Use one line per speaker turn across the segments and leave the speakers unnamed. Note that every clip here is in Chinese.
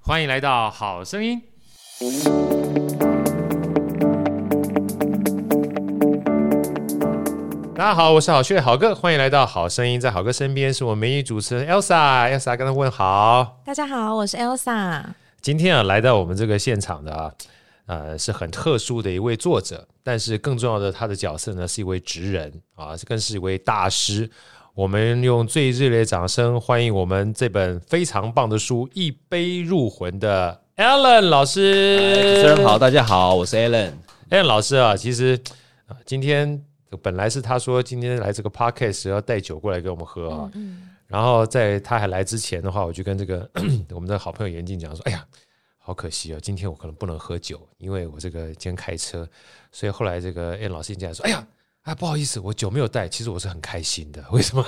欢迎来到《好声音》。大家好，我是好趣的好哥，欢迎来到《好声音》。在好哥身边是我们美女主持人 Elsa，Elsa 跟他问好。
大家好，我是 Elsa。
今天啊，来到我们这个现场的啊，呃，是很特殊的一位作者，但是更重要的，他的角色呢是一位职人啊，更是一位大师。我们用最热烈的掌声欢迎我们这本非常棒的书《一杯入魂》的 Alan 老师。
哎主持人好，大家好，我是 Alan。
Alan 老师啊，其实啊，今天本来是他说今天来这个 podcast 要带酒过来给我们喝啊，然后在他还来之前的话，我就跟这个 我们的好朋友严静讲说，哎呀，好可惜哦，今天我可能不能喝酒，因为我这个今天开车，所以后来这个 Alan 老师进来说，哎呀。啊，不好意思，我酒没有带，其实我是很开心的。为什么？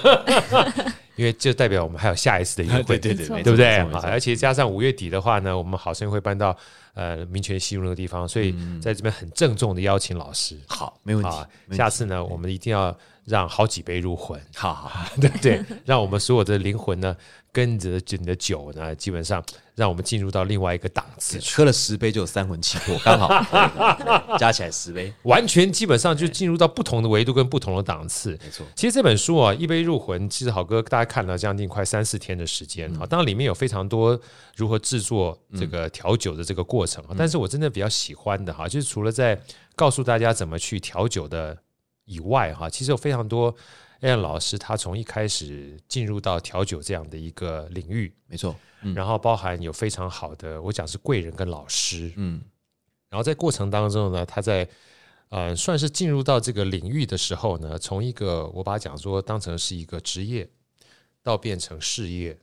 因为就代表我们还有下一次的约会，
哎对
没错
对不对？
没错
啊，而且加上五月底的话呢，我们好声音会搬到呃民权西路那个地方，所以在这边很郑重的邀请老师、
好，没问题
啊。，
嗯没问题
下次呢，我们一定要让好几杯入魂，
好好好，
对不对？让我们所有的灵魂呢，跟着你的酒呢，基本上让我们进入到另外一个档次，
喝了十杯就有三魂七魄，刚好 加起来十杯，
完全基本上就进入到不同的维度跟不同的档次。
没错。
其实这本书啊，《一杯入魂》，其实好哥大家看了将近快三四天的时间啊，当然里面有非常多如何制作这个调酒的这个过程啊，但是我真的比较喜欢的哈，就是除了在告诉大家怎么去调酒的以外哈，其实有非常多 a 老师他从一开始进入到调酒这样的一个领域，
没错，
然后包含有非常好的，我讲是贵人跟老师，
嗯，
然后在过程当中呢，他在呃算是进入到这个领域的时候呢，从一个我把它讲说当成是一个职业，到变成事业，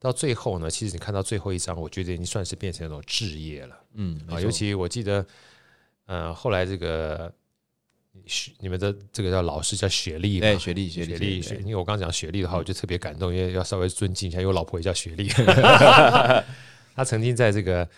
到最后呢，其实你看到最后一章，我觉得已经算是变成一种置业了
嗯，没
啊。
错
尤其我记得，呃，后来这个学你们的这个叫老师叫雪莉嘛，
对嗯学历啊学
雪
历
莉，雪因为我刚讲雪莉的话，我就特别感动，因为要稍微尊敬一下，因为我老婆也叫雪莉。 她曾经在这个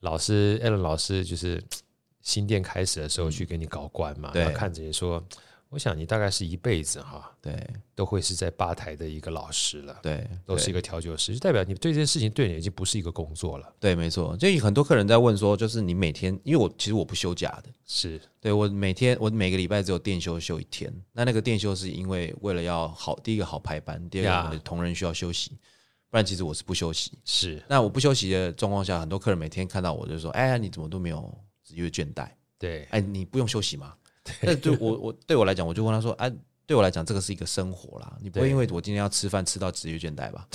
老师 Alan 老师就是嘖新店开始的时候去给你搞官嘛，
嗯对
然后看着你说，我想你大概是一辈子哈
对
都会是在吧台的一个老师了，
对
都是一
对
个调酒师，就代表你对这件事情对你已经不是一个工作了，
对，没错。就有很多客人在问说，就是你每天，因为我其实我不休假的，
是
对我每天我每个礼拜只有店休休一天，那那个店休是因为为了要好，第一个好排班，第二个
呀
我们的同仁需要休息，不然其实我是不休息。
是，
那我不休息的状况下，很多客人每天看到我就说：“哎呀，你怎么都没有职业倦怠？
对
哎，你不用休息吗？”那对我我对我来讲，我就问他说：“哎、对我来讲，这个是一个生活啦，你不
对
会因为我今天要吃饭吃到职业倦怠吧？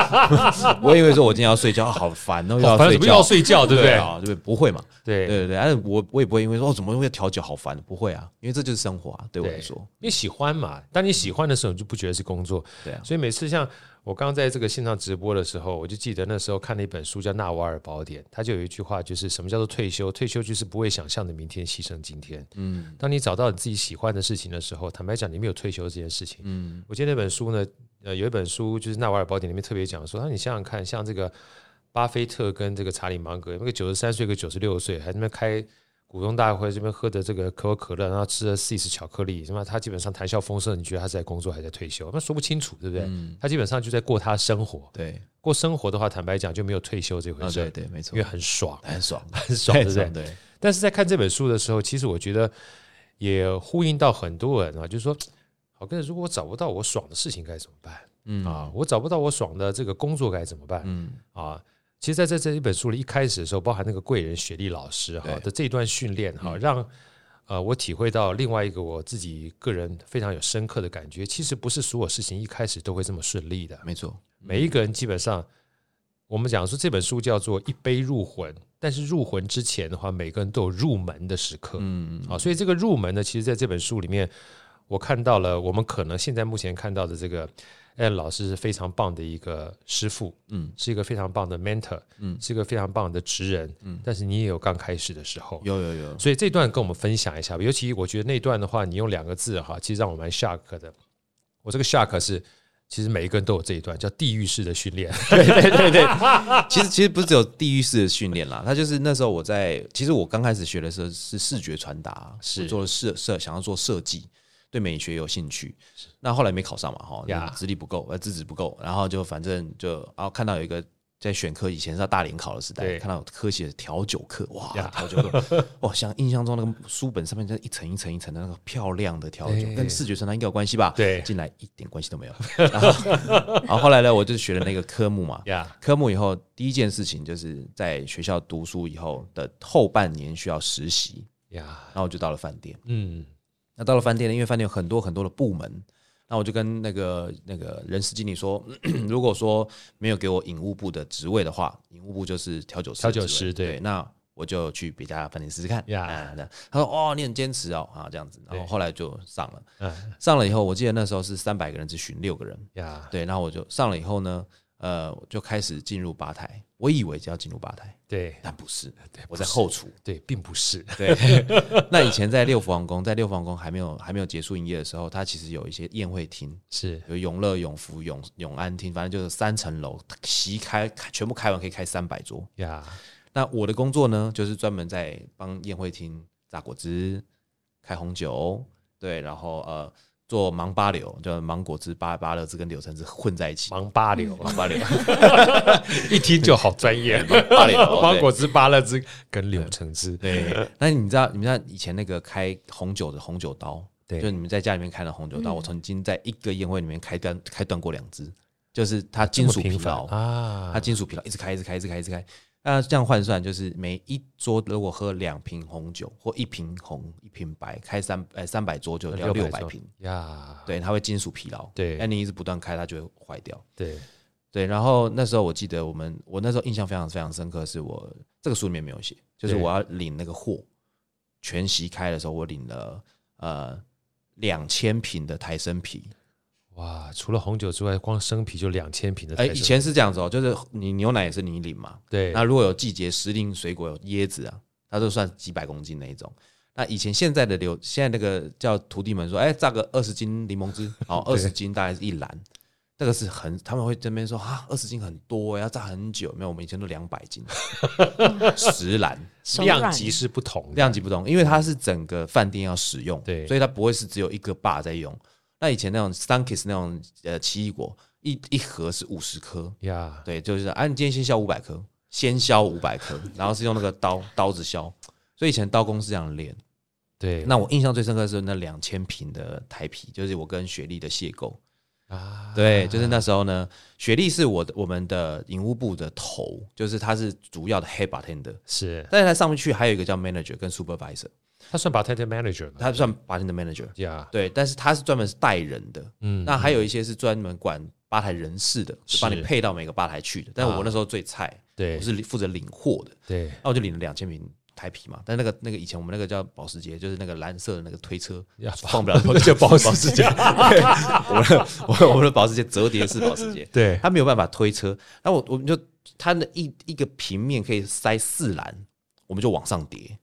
不会因为说我今天要睡觉，啊好烦哦，又
哦
要
反正
睡
怎么又要
觉，
睡觉，对不对？
啊，对不对？不会嘛，对
对，
对对。哎，我我也不会因为说哦，怎么会调酒好烦，不会啊，因为这就是生活啊，对我来说，
因为喜欢嘛，当你喜欢的时候，你就不觉得是工作，
对啊，
所以每次像我刚刚在这个线上直播的时候，我就记得那时候看了一本书叫《纳瓦尔宝典》，它就有一句话，就是什么叫做退休？退休就是不为想象的明天牺牲今天。嗯，当你找到你自己喜欢的事情的时候，坦白讲，你没有退休这件事情。嗯，我记得那本书呢，呃，有一本书就是《纳瓦尔宝典》里面特别讲说，啊那你想想看，像这个巴菲特跟这个查理芒格，那个九十三岁跟九十六岁，还在那边开。股东大会这边喝的这个可口可乐，然后吃了 c i s 巧克力，什么他基本上谈笑风生，你觉得他是在工作还是在退休？那说不清楚，对不对？他基本上就在过他生活，
嗯对
过生活的话，坦白讲就没有退休这回
啊，
事，
对对，没错
因为，很爽，
很爽，
很爽，对不对
爽？对，
但是在看这本书的时候，其实我觉得也呼应到很多人啊，就是说，好哥，如果我找不到我爽的事情该怎么办？
嗯
啊，我找不到我爽的这个工作该怎么办？
嗯，
啊，其实在这这一本书里一开始的时候，包含那个贵人雪莉老师哈
对嗯
的这一段训练哈，让呃我体会到另外一个我自己个人非常有深刻的感觉，其实不是所有事情一开始都会这么顺利的，
没错，
每一个人基本上。我们讲说这本书叫做《一杯入魂》，但是入魂之前的话，每个人都有入门的时刻。
嗯，
啊，所以这个入门呢，其实在这本书里面，我看到了我们可能现在目前看到的这个 a 老师是非常棒的一个师傅，
嗯，
是一个非常棒的 mentor，
嗯
是一个非常棒的职人，嗯，但是你也有刚开始的时候。
有有有，
所以这段跟我们分享一下吧，尤其我觉得那段的话，你用两个字哈，其实让我蛮 shock 的。我这个 shock 是，其实每一个人都有这一段叫地狱式的训练，
其实其实不是只有地狱式的训练啦，它就是那时候我在，其实我刚开始学的时候是视觉传达，
是
我做了设设想要做设计，对美学有兴趣。那后来没考上嘛，哈
呀，
资历不够，呃，资质不够，然后就反正就啊看到有一个在选科以前是他大连考的时代，
对
看到有科写调酒课，哇，调酒课， 哇，像印象中那个书本上面就是一层一层一层的那个漂亮的调酒，
对
跟视觉传达应该有关系吧？
对
进来一点关系都没有。 然后，然后后来呢，我就学了那个科目嘛，
呀，
科目以后第一件事情就是在学校读书以后的后半年需要实习，
呀，
然后我就到了饭店。
嗯，
那到了饭店呢，因为饭店有很多很多的部门，那我就跟那个那个人事经理说， 如果说没有给我影务部的职位的话，影务部就是调酒师
调
的
酒
职位
师对
那我就去别家饭店试试看。
呀
啊这样他说哦，你很坚持哦啊这样子，然后
对
后来就上了，
嗯，
上了以后，我记得那时候是三百个人只选六个人，
呀，
对，然后我就上了以后呢，呃，我就开始进入吧台，我以为就要进入吧台，
对，
但不 是，
对
我在，后厨。
不是对，并不是，
对， 那以前在六福皇宫，在六福皇宫还没有还没有结束营业的时候，它其实有一些宴会厅，
是
有永乐、永福、永永安厅，反正就是三层楼，席开开全部开完可以开三百桌。
呀，
那我的工作呢，就是专门在帮宴会厅榨果汁、开红酒，对，然后呃做芒八柳，就是芒果汁、八八乐汁跟柳橙汁混在一起。
嗯忙八流，
芒八柳，
一听就好专业，
八 柳， 对
芒果汁、芭乐汁跟柳橙汁，
对，那你知道你们知道以前那个开红酒的红酒刀，
对
就你们在家里面开的红酒刀，我曾经在一个宴会里面开断开断过两支，就是它金属
这么
疲
频繁
劳，它
啊，
金属疲劳一直开一直开一直开一直开。那这样换算就是每一桌如果喝两瓶红酒或一瓶红一瓶白，开三呃三百桌就要六百
桌
瓶，
呀，
对，它会金属疲劳，
对
那你一直不断开，它就会坏掉。
对，
对，然后那时候我记得我们，我那时候印象非常非常深刻，是我这个书里面没有写，就是
对
我要领那个货，全席开的时候，我领了呃两千瓶的台生啤。
哇，除了红酒之外，光生啤就两千瓶的
哎、
台
以
式
前是这样子哦，就是你牛奶也是你领嘛，
对
那如果有季节时令水果有椰子啊，它就算几百公斤那一种。那以前现在的流，现在那个叫徒弟们说，哎、榨个二十斤柠檬 汁，好，二十斤大概是一篮，这个是很，他们会这边说啊，二十斤很多、要榨很久，没有，我们以前都两 百斤，十篮，
手
量
软
级是不同的，
量级不同，因为它是整个饭店要使用，
对
所以它不会是只有一个坝在用。那以前那种 Sunkist 那种呃奇异果，一一盒是五十颗，
呀，
对，就是啊，你今天先削五百颗，先削五百颗，然后是用那个刀刀子削，所以以前刀工是这样练。
对，
那我印象最深刻的是那两千瓶的台啤，就是我跟雪莉的邂逅。
啊，
对，就是那时候呢，雪莉是我的我们的影务部的头，就是他是主要的 head bartender，
是
但是他上面去还有一个叫 manager 跟 supervisor，
他算 bartender manager 嘛，
他算 bartender manager。
呀，
对，但是他是专门是带人的，
嗯，
那还有一些是专门管吧台人事的，就是帮你配到每个吧台去的。但我那时候最菜，
对
我是负责领货的。
对
那我就领了两千瓶台啤嘛，但那个那个以前我们那个叫保时捷，就是那个蓝色的那个推车，
呀
放不了多 久
就保时
捷，我们的我们的保时捷折叠式保时捷，
对，
它没有办法推车，那我我们就它的一一个平面可以塞四篮，我们就往上叠，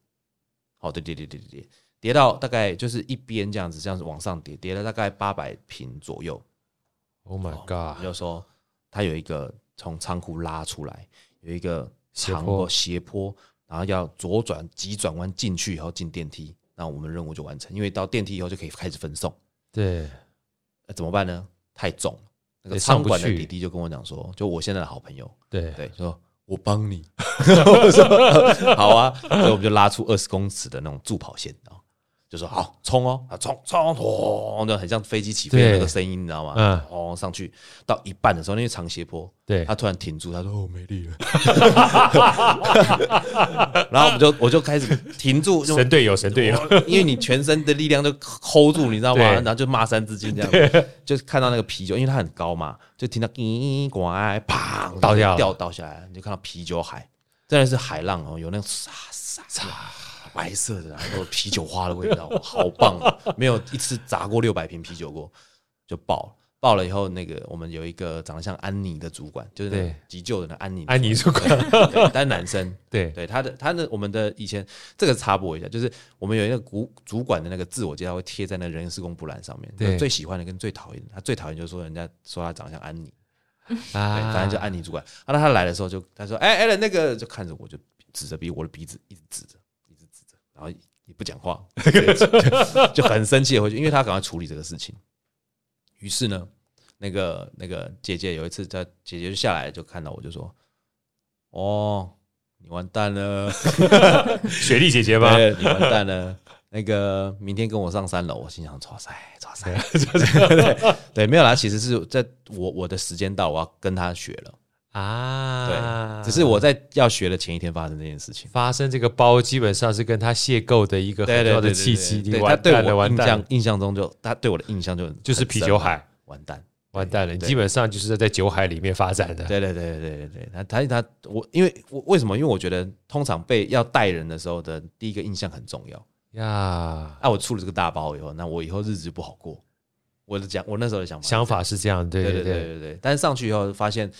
好，对叠叠叠叠叠，叠到大概就是一边这样子，这样子往上叠，叠了大概八百瓶左右，
Oh my
我们
god！
哦就说他有一个从仓库拉出来，有一个长
斜坡
坡斜坡，然后要左转急转弯进去以后进电梯，那我们任务就完成，因为到电梯以后就可以开始分送。
对，
呃怎么办呢？太重了，那个
对上
仓
不
管的
去
弟弟就跟我讲说，就我现在的好朋友，
对，
对，说我帮你， 我说好啊，所以我们就拉出二十公尺的那种助跑线，然后就说好冲哦，啊冲冲冲，就很像飞机起飞的那个
对
声音，你知道吗？
嗯
哦，上去到一半的时候，因为长斜坡，
对
他突然停住，他说哦没力了， 然后我们就我就开始停住，就
神队友，神队友，
因为你全身的力量就 hold 住，你知道吗？
对
然后就骂三字经这样，就是看到那个啤酒，因为它很高嘛，就听到叮咣砰
倒掉了
掉倒下来，你就看到啤酒海，真的是海浪哦，有那种沙沙沙白色的，然后啤酒花的味道，哇好棒、哦！没有一次砸过六百瓶啤酒过，就爆了。爆了以后，那个我们有一个长得像安妮的主管，就是那个
对
急救的那安妮，
安妮主管，
对，但是男生，
对
对他的他的我们的以前这个插播一下，就是我们有一个股主管的那个自我介绍会贴在那个人事公布栏上面，
对
就最喜欢的跟最讨厌的，他最讨厌就是说人家说他长得像安妮，对，
啊
反正就安妮主管。啊，那他来的时候就他说，哎、艾伦那个就看着我就指着鼻我的鼻子一直指着，一直指着，然后也不讲话， 就就很生气的回去，因为他赶快处理这个事情。于是呢，那个那个姐姐有一次，她姐姐就下来就看到我就说，哦，你完蛋了，
雪莉姐姐吧，
对， 你完蛋了。那个明天跟我上三楼，我心想：哇塞，哇塞，对，没有啦。其实是在我我的时间到，我要跟他学了。
啊，
只是我在要学的前一天发生这件事情。
发生这个包，基本上是跟他邂逅的一个很重
对对
要
对
的
对
契机。
对
你
他
完蛋
对
了，
我
完
印
蛋
象
了，啊
印象中就他对我的印象就
就是
很
啤
深
酒
嘛
海，
完蛋。
完蛋了！你
对
基本上就是在酒海里面发展的。
对对对对对对，他他他我因为我为什么？因为我觉得通常被要带人的时候的第一个印象很重要。
呀，
啊，我出了这个大包以后，那我以后日子不好过。我的讲，我那时候的想法，
想法是这样，对
对
对
对对
对，
对对。但是上去以后发现，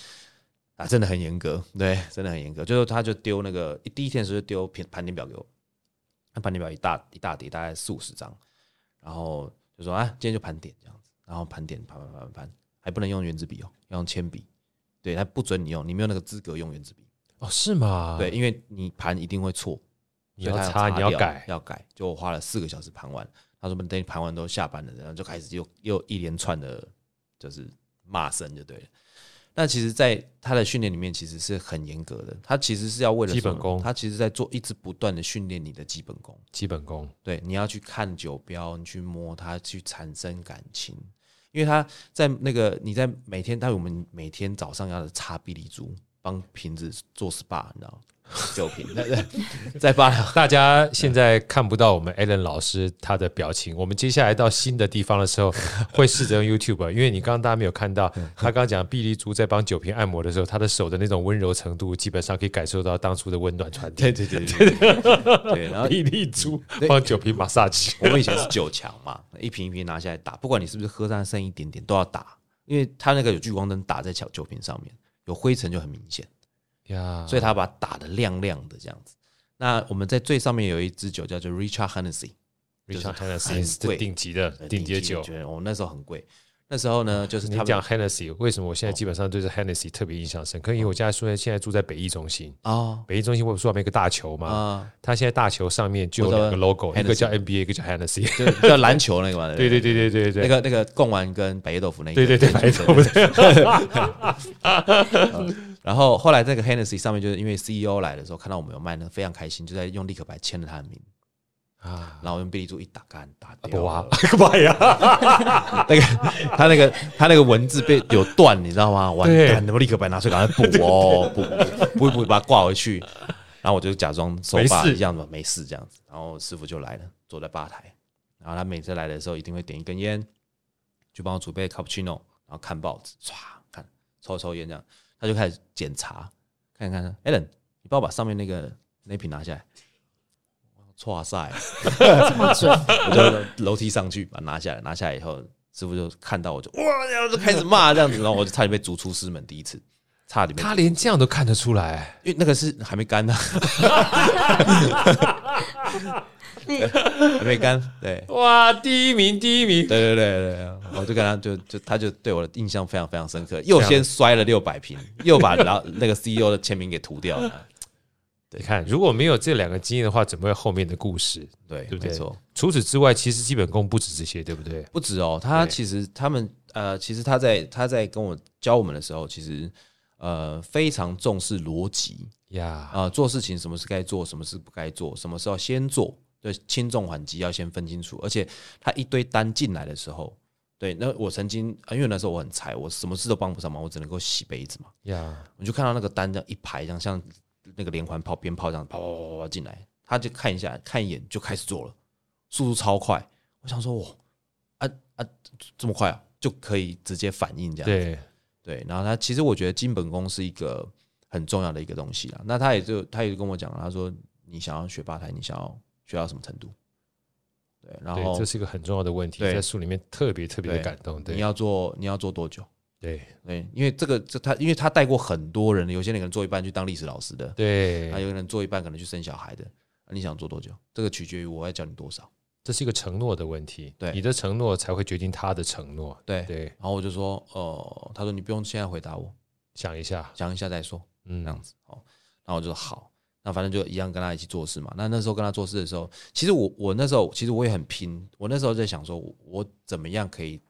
啊，真的很严格，对，真的很严格。最后他就丢那个第一天的时候就丢盘盘点表给我，那盘点表一大一大叠，大概四五十张，然后就说啊，今天就盘点这样子，然后盘点盘盘盘盘盘，还不能用圆珠笔哦，要用铅笔，对，他不准你用，你没有那个资格用圆珠笔，
哦，是吗？
对，，因为你盘一定会错，
你
所以
要
他
擦，你要
掉
改，
要改。就我花了四个小时盘完，他说等你盘完都下班了，然后就开始又又一连串的，就是骂声就对了。那其实，在他的训练里面，其实是很严格的。他其实是要为了
基
什么
本功
他其实在做一直不断的训练你的基本功。
基本功。
对，你要去看酒标，你去摸它，去产生感情。因为他在那个你在每天，但我们每天早上要擦碧丽珠，帮瓶子做 SPA，你知道吗？酒瓶， 对对，在巴黎
大家现在看不到我们 Alan 老师他的表情，我们接下来到新的地方的时候，会试着用 YouTube，因为你刚刚大家没有看到，
嗯
他刚刚讲碧丽珠在帮酒瓶按摩的时候，他的手的那种温柔程度，基本上可以感受到当初的温暖传递。
对对对对对对。然后嗯
碧丽珠
对
帮酒瓶马萨奇，
我们以前是九强嘛，一瓶一瓶拿下来打，不管你是不是喝上剩一点点都要打，因为它那个有聚光灯打在小酒瓶上面，有灰尘就很明显，
呀，
所以他把它打的亮亮的这样子。那我们在最上面有一支酒叫做 Richard Hennessy，就是
Richard
呃很
Hennessy 是
贵
顶级的顶级的酒。
觉得我哦那时候很贵。那时候呢，就是
你
他们哦
讲 Hennessy，为什么我现在基本上对这 Hennessy 特别印象深刻？因为我家现在现在住在北艺中心，
哦
北艺中心我不是外面有一个大球
啊、
嘛，它现在大球上面就有
我知道
两个 logo，
Hennessy
一个叫 NBA，一个叫 Hennessy。
就叫篮球那 个嘛，
对对对对对
那
对，
个那个贡丸跟白叶豆腐那一
对对对，白头
不
不对，
嗯然后后来那个 Hennessy 上面就是因为 CEO 来的时候看到我们有卖，那非常开心，就在用立可白签了他的名，
啊，
然后用碧丽珠一打干打掉
不哇
了，，
干嘛呀？
那个他那个他那个文字被有断，你知道吗？完蛋，我立可白拿出来赶快补哦，补补一补把它挂回去。然后我就假装手把
没事
这样子，没事这样子。然后师傅就来了，坐在吧台。然后他每次来的时候一定会点一根烟，去帮我准备 cappuccino，然后看报纸，唰看抽抽烟这样，他就开始检查，看看 a l a n 你帮我把上面那个那瓶拿下来。哇啊塞，
这么准，
我就楼梯上去把它拿下来，拿下来以后，师傅就看到我就哇，然后就开始骂这样子，然后我就差点被逐出师门，第一次差点被，
他连这样都看得出来，
因为那个是还没干呢、还没干，对。
哇，第一名，第一名，
对对对对对，我就跟他就就他就对我的印象非常非常深刻，又先摔了六百瓶，又把然后那个 CEO 的签名给涂掉了，
你看，如果没有这两个经验的话，怎么会有后面的故事？
对，
对不
没
对
错，
除此之外，其实基本功不止这些，对不对？
不止哦，他
对
其实他们呃，其实他在他在跟我教我们的时候，其实呃非常重视逻辑，
呀，
啊，做事情什么是该做，什么是不该做，什么是要先做，对轻重缓急要先分清楚。而且他一堆单进来的时候，对，那我曾经啊因为那时候我很菜，我什么事都帮不上忙，我只能够洗杯子嘛。
呀，
我就看到那个单这样一排，这样像那个连环炮鞭炮这样啪啪啪啪啪进来，他就看一下看一眼就开始做了，速度超快。我想说，哇啊啊，这么快啊，就可以直接反应这样子。
对，
对，然后他其实我觉得基本功是一个很重要的一个东西啦。那他也就他也就跟我讲了，他说你想要学吧台，你想要学到什么程度？对，然
对，
后
这是一个很重要的问题，
对
在书里面特别特别的
对
感动，
你
对，
要做你要做多久？
对，
对，因为这个这他因为他带过很多人，有些人可能做一半去当历史老师的，还
对，
有人做一半可能去生小孩的。你想做多久？这个取决于我要教你多少。
这是一个承诺的问题，
对
你的承诺才会决定他的承诺，
对，
对，
然后我就说，呃，他说你不用现在回答我，
想一下，
想一下再说。
嗯
那，样子哦。然后我就说好，那反正就一样跟他一起做事嘛。那那时候跟他做事的时候，其实我我那时候其实我也很拼，我那时候在想说我，我怎么样可以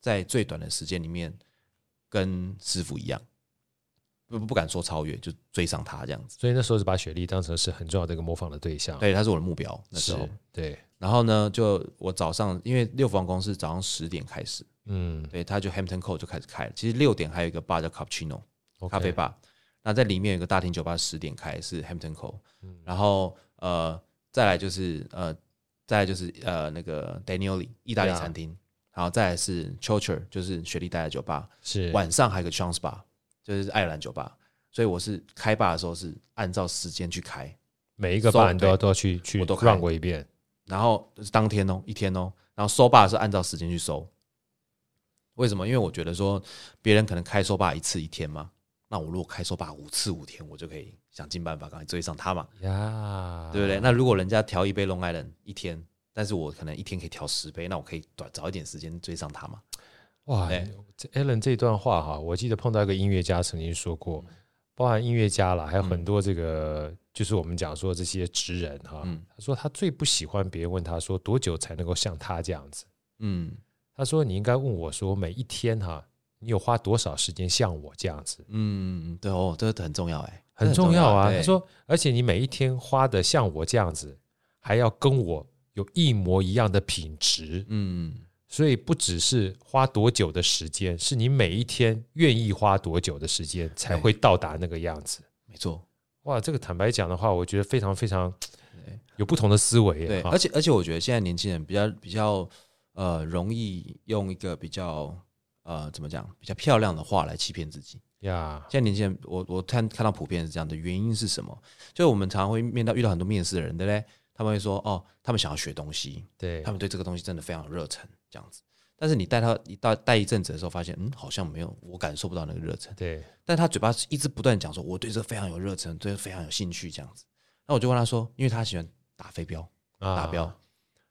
在最短的时间里面跟师傅一样，不不敢说超越，就追上他这样子。
所以那时候是把雪莉当成是很重要的一个模仿的对象。
对，他是我的目标那时
嗯是
候。，
对，
然后呢，就我早上因为六福王宫是早上十点开始，
嗯，
对，他就 Hampton Court 就开始开了。其实六点还有一个 bar 叫 Cappuccino 咖啡
OK，
吧，那在里面有一个大厅酒吧，十点开是 Hampton Court，、
嗯
然后呃，再来就是呃，再来就是呃那个 Danieli 意大利
Yeah
餐厅，然后再来是 c h o c h e r 就是雪莉带的酒吧，
是
晚上还有一个 Chance Bar，就是爱尔兰酒吧。所以我是开吧的时候是按照时间去开，
每一个
So-
班都要
对
都要去去
我都看
run 过一遍。
然后是当天哦，一天哦，然后收吧是按照时间去收。为什么？因为我觉得说，别人可能开收吧一次一天嘛，那我如果开收吧五次五天，我就可以想尽办法赶快追上他嘛，
呀，
对不对？那如果人家调一杯 Long Island 一天，但是我可能一天可以调十杯，那我可以短早一点时间追上他嘛。
哇
对
这，Alan 这段话哈，我记得碰到一个音乐家曾经说过，
嗯
包含音乐家啦，还有很多这个、就是我们讲说这些职人哈，
嗯
他说他最不喜欢别人问他说多久才能够像他这样子。
嗯
他说你应该问我说每一天哈、你有花多少时间像我这样子，
嗯，对哦，这很重要哎，
很重要啊。
对
他说，而且你每一天花的像我这样子，还要跟我有一模一样的品质。
嗯
所以不只是花多久的时间，是你每一天愿意花多久的时间才会到达那个样子。
没错，
哇，这个坦白讲的话，我觉得非常非常
对
有不同的思维耶
对，
哈
而且而且我觉得现在年轻人比较比较呃容易用一个比较呃怎么讲比较漂亮的话来欺骗自己。
呀，
现在年轻人，我我看看到普遍是这样的，原因是什么？就我们常常会面到遇到很多面试的人，对不对？他们会说哦，他们想要学东西，
对
他，们对这个东西真的非常有热忱，这样子。但是你带他一到带一阵子的时候，发现嗯，好像没有，我感受不到那个热忱。
对，
但他嘴巴一直不断地讲说，我对这个非常有热忱，对这个非常有兴趣，这样子。那我就问他说，因为他喜欢打飞镖，
啊
打标，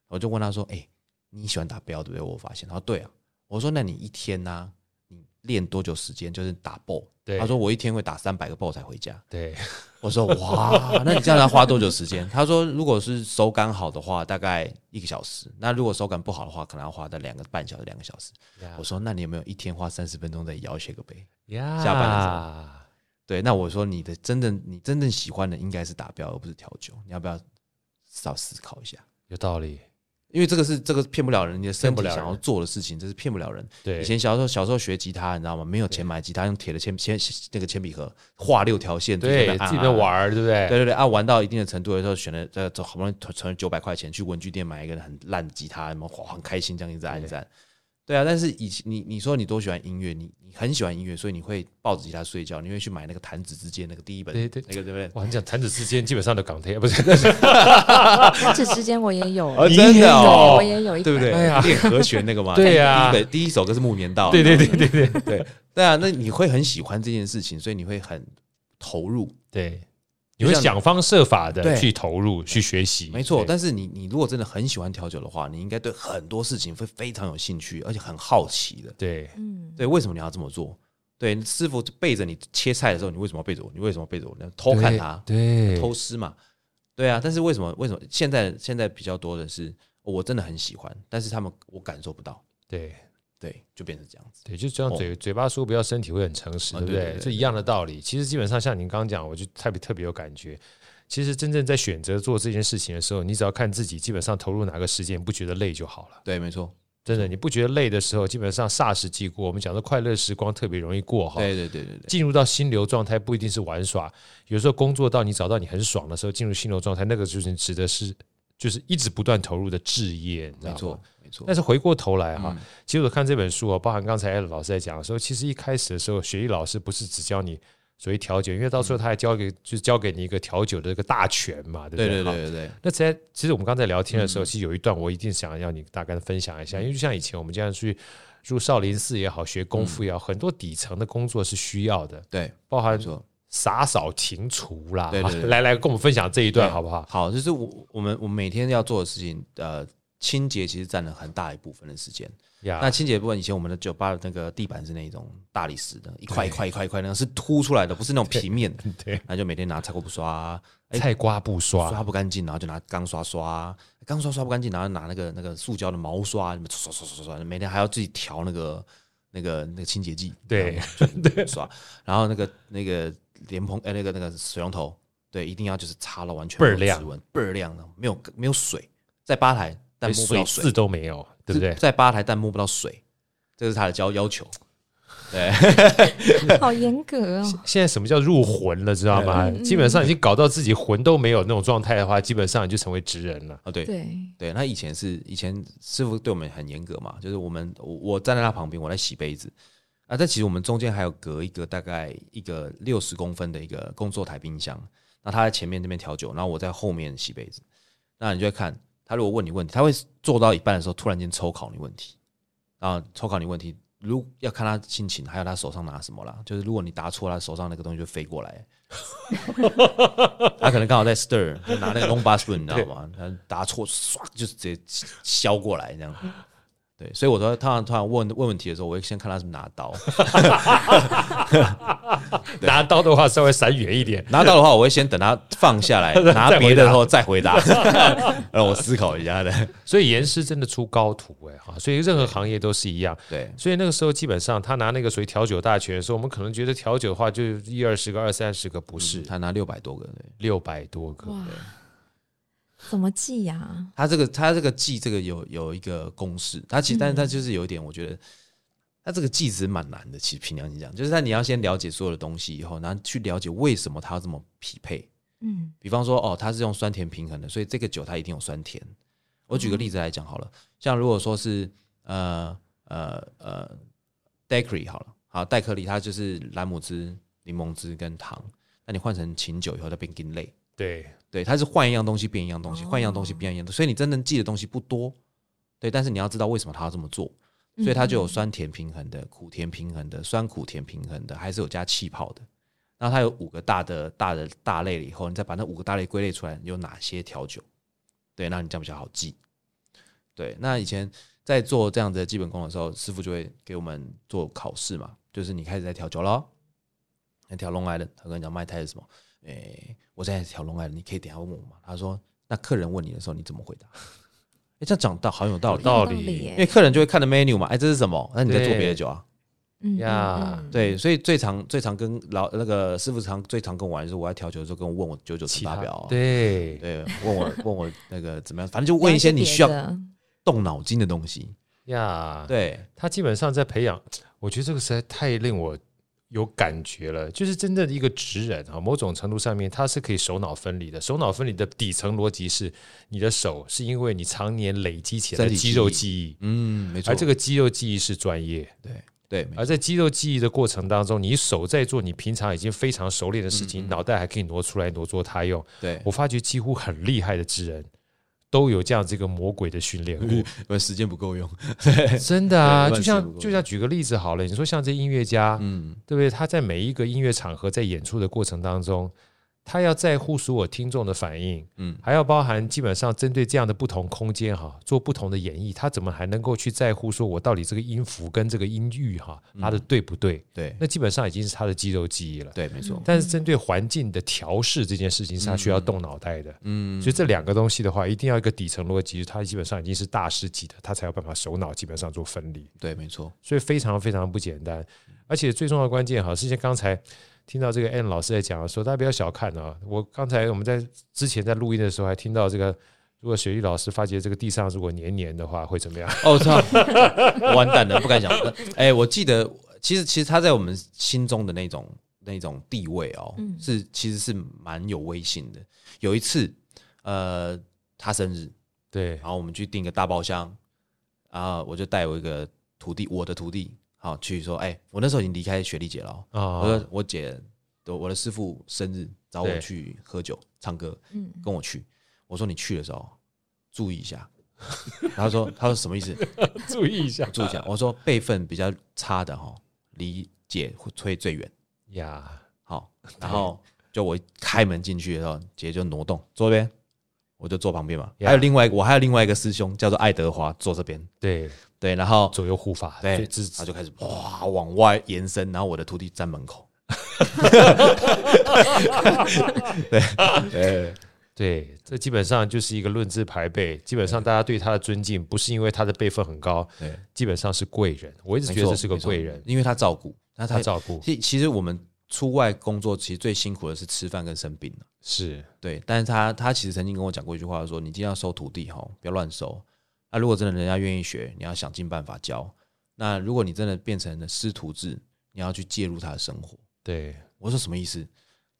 我就问他说：“哎、你喜欢打标对不对？”我发现，他说：“对啊。”我说：“那你一天呢、你练多久时间？就是打 ball？”
对
他说：“我一天会打三百个 ball 才回家。
对，”
我说：“哇，那你这样要花多久时间？”他说：“如果是手感好的话，大概一个小时；那如果手感不好的话，可能要花到两个半小时、两个小时。”
呀
我说：“那你有没有一天花三十分钟在摇写个杯
呀，
下班的时对，那我说你的真正你真正喜欢的应该是打标，而不是调酒。你要不要少思考一下？
有道理，
因为这个是这个骗不了人，你的身
骗不
体
了人
想要做的事情，这是骗不了人。
对，
以前小时候小时候学吉他，你知道吗？没有钱买吉他，用铁的铅铅那个铅笔盒画六条线，
对
按
自己在。
按按
玩儿，对不对？
啊对对对，啊，玩到一定的程度的时候，选了这这好不容易存了九百块钱去文具店买一个很烂的吉他，然后哇很开心这样一直按一直按。对啊，但是以前你你说你多喜欢音乐，你你很喜欢音乐，所以你会抱着吉他睡觉，你会去买那个弹指之间那个第一本，
对对
那个对不对？
哇，你讲弹指之间基本上的港铁不是？
这之间我也有，
啊
对，
真的哦
我，也有一
对不对？
本？
哎呀
练和弦那个嘛，
对啊
第一本第一首歌是木棉道，
对对对对对
对对啊，那你会很喜欢这件事情，所以你会很投入，
对，你
就
会
像
想方设法的
对
去投入去学习，
没错。
对
但是你你如果真的很喜欢调酒的话，你应该对很多事情会非常有兴趣，而且很好奇的。
对
嗯，
对，为什么你要这么做？对，师傅背着你切菜的时候，你为什么要背着我？你为什么要背着我？你要偷看他，
对
偷师嘛？对啊。但是为什么？为什么现在现在比较多的是，我真的很喜欢，但是他们我感受不到，
对
对，就变成这样子。
对，就像
哦
嘴、嘴巴说不要，身体会很诚实，
啊
对不
对对
对？
对
这一样的道理。其实基本上像您刚刚讲，我就特别特别有感觉。其实真正在选择做这件事情的时候，你只要看自己基本上投入哪个时间，不觉得累就好了。
对，没错。
真的，你不觉得累的时候，基本上霎时即过。我们讲的快乐时光特别容易过哈。
对对对对对，
进入到心流状态不一定是玩耍，有时候工作到你找到你很爽的时候，进入心流状态，那个就是指的是就是一直不断投入的置业，你知道
没
吗
错没错。
但是回过头来哈、
嗯
其实我看这本书啊，包含刚才 Alan 老师在讲的时候，其实一开始的时候，雪莉老师不是只教你所谓调酒，因为到时候他还教给、就是教给你一个调酒的这个大全嘛，对不
对
对
对嗯
哈
对对对，
那在其实我们刚才聊天的时候，其实有一段我一定想要你大概分享
嗯
一下，因为就像以前我们这样去入少林寺也好，学功夫也
嗯
好，很多底层的工作是需要的，
对，
包含
没错。
洒扫庭除啦。
对对对
来来，跟我们分享这一段
对
好不好？
好，就是我我们我们每天要做的事情，呃，清洁其实占了很大一部分的时间。
呀
那清洁部分，以前我们的酒吧的那个地板是那种大理石的，一块一块一块一块，那个是凸出来的，不是那种平面的。
对，
那就每天拿菜瓜布刷，哎
菜瓜不刷，
刷不干净，然后就拿钢刷刷，钢刷刷不干净，然后拿那个那个塑胶的毛刷，刷刷刷刷刷，每天还要自己调那个那个那个清洁剂，
对
对， 刷，然后那个那个莲蓬，呃，那个那个水龙头，对，一定要就是擦了完全
倍儿
没有
亮
指纹，倍儿亮的，没有没有水，在吧台但摸不
哎水
到
渍都没有，对不对？
在吧台但摸不到水，这是他的要要求。对，
好严格 哦。
现在什么叫入魂了，知道吗？
嗯嗯
基本上已经搞到自己魂都没有那种状态的话，基本上你就成为职人了。
啊对
对，
对，那以前是以前师傅对我们很严格嘛，就是我们我我站在他旁边，我在洗杯子啊，但其实我们中间还有隔一个大概一个六十公分的一个工作台冰箱，那他在前面这边调酒，然后我在后面洗杯子，那你就会看他如果问你问题，他会做到一半的时候突然间抽考你问题，然后抽考你问题。如要看他心情，还有他手上拿什么啦。就是如果你答错，他手上那个东西就飞过来。他可能刚好在 stir，就拿那个 long bar spoon，你知道吗？他答错，唰就直接削过来这样。对，所以我说，他突然问问问题的时候，我会先看他是不是拿刀。
拿刀的话稍微闪远一点，
拿刀的话，我会先等他放下来，拿别的后再回答，让我思考一下的。
所以严师真的出高徒哎、哈，所以任何行业都是一样。
对，
所以那个时候基本上他拿那个属于调酒大全的时候，我们可能觉得调酒的话就一二十个、二三十个，不是
嗯他拿六百多个，对
六百多个。
哇，怎么记呀、
他这个他这个记这个有有一个公式，他其实但是他就是有一点，我觉得他这个记其实蛮难的。其实凭良心讲，就是他你要先了解所有的东西以后，然后去了解为什么他要这么匹配。
嗯，
比方说，哦，它是用酸甜平衡的，所以这个酒它一定有酸甜。我举个例子来讲好了，像如果说是呃呃呃 d e c r y 好了，好戴克利它就是莱姆汁、柠檬汁跟糖，那你换成琴酒以后，它变更类，
对，
对，它是换一样东西变一样东西，
哦
换一样东西变一样东西，所以你真正记的东西不多，对，但是你要知道为什么它要这么做，所以
嗯
它就有酸甜平衡的、苦甜平衡的、酸苦甜平衡的，还是有加气泡的。然后它有五个大的、大的大类了以后，你再把那五个大类归类出来，有哪些调酒？对，那你这样比较好记。对，那以前在做这样的基本功的时候，师傅就会给我们做考试嘛，就是你开始在调酒了，那调 Long Island，他跟你讲麦泰是什么？诶、我现在调 Long Island，你可以等一下问我嘛。他说，那客人问你的时候，你怎么回答？ 哎、这样讲到好像有道理，
道理
因为
耶，
客人就会看的 menu 嘛，哎，这是什么？那你在做
对
别的酒啊？
嗯
呀
嗯嗯
对，所以最常最常跟老那个师傅常最常跟我玩，就是我在调酒的时候跟我问我九九乘
其
法
他
表啊，
对
对，问我问我那个怎么样，反正就问一些你需
聊
要
些别的
动脑筋的东西。
呀，
对，
他基本上在培养，我觉得这个实在太令我有感觉了。就是真正的一个职人啊，某种程度上面他是可以手脑分离的。手脑分离的底层逻辑是，你的手是因为你常年累积起来
身
的
体记忆
肌肉记忆，
嗯，没错，
而这
个
个肌肉记忆是专业。
对对，没错
而在肌肉记忆的过程当中，你手在做你平常已经非常熟练的事
嗯
情，脑袋还可以挪出来挪作他用。
对，
我发觉几乎很厉害的职人都有这样这个魔鬼的训练过。
因为时间不够用。
真的啊，就
对乱吃
像
不
就像举个例子好了，你说像这音乐家，
嗯，
对不对？他在每一个音乐场合在演出的过程当中，他要在乎所有听众的反应，
嗯
嗯，还要包含基本上针对这样的不同空间哈，做不同的演绎，他怎么还能够去在乎说我到底这个音符跟这个音域哈
嗯
拉的对不对？
对
那基本上已经是他的肌肉记忆了。
对，没错。
但是针对环境的调试这件事情，是他需要动脑袋的。
嗯，
所以这两个东西的话，一定要一个底层逻辑，他基本上已经是大师级的，他才有办法首脑基本上做分离，
对，没错。
所以非常非常不简单。而且最重要的关键哈，是像刚才听到这个 N 老师在讲的时候，大家不要小看啊，我刚才我们在之前在录音的时候还听到这个。如果雪莉老师发觉这个地上如果黏黏的话，会怎么样？
哦，操，完蛋了，不敢想。哎、我记得，其实其实他在我们心中的那种那种地位哦，
嗯
是其实是蛮有威信的。有一次，呃，他生日，
对
然后我们去订个大包厢，然后我就带我一个徒弟，我的徒弟，好去说，哎、我那时候已经离开雪莉姐了哦、我
啊
说，我姐的我的师傅生日找我
对
去喝酒唱歌，
嗯
跟我去。我说你去的时候注意一下。 然后说他说什么意思？
注意一下
注意一下。我说辈分比较差的哈，离姐会最远。
呀，
好，然后就我一开门进去的时候，姐就挪动坐这边，我就坐旁边嘛。
Yeah
还有另外一个，我还有另外一个师兄叫做爱德华坐这边。
对，
对，然后
左右护法，
对，
最
然
支
后就开始哇往外延伸，然后我的徒 弟站门口。对，对，
对，这基本上就是一个论资排辈。基本上大家对他的尊敬，不是因为他的辈分很高，
对，
基本上是贵人。我一直
没
觉得
错
这是个
没错
贵人，
因为他照顾，那
他
他
照顾
其其实我们出外工作，其实最辛苦的是吃饭跟生病了
是
对，但是他他其实曾经跟我讲过一句话，说你尽量收徒弟吼，不要乱收。那、如果真的人家愿意学，你要想尽办法教。那如果你真的变成了师徒制，你要去介入他的生活。
对
我说什么意思？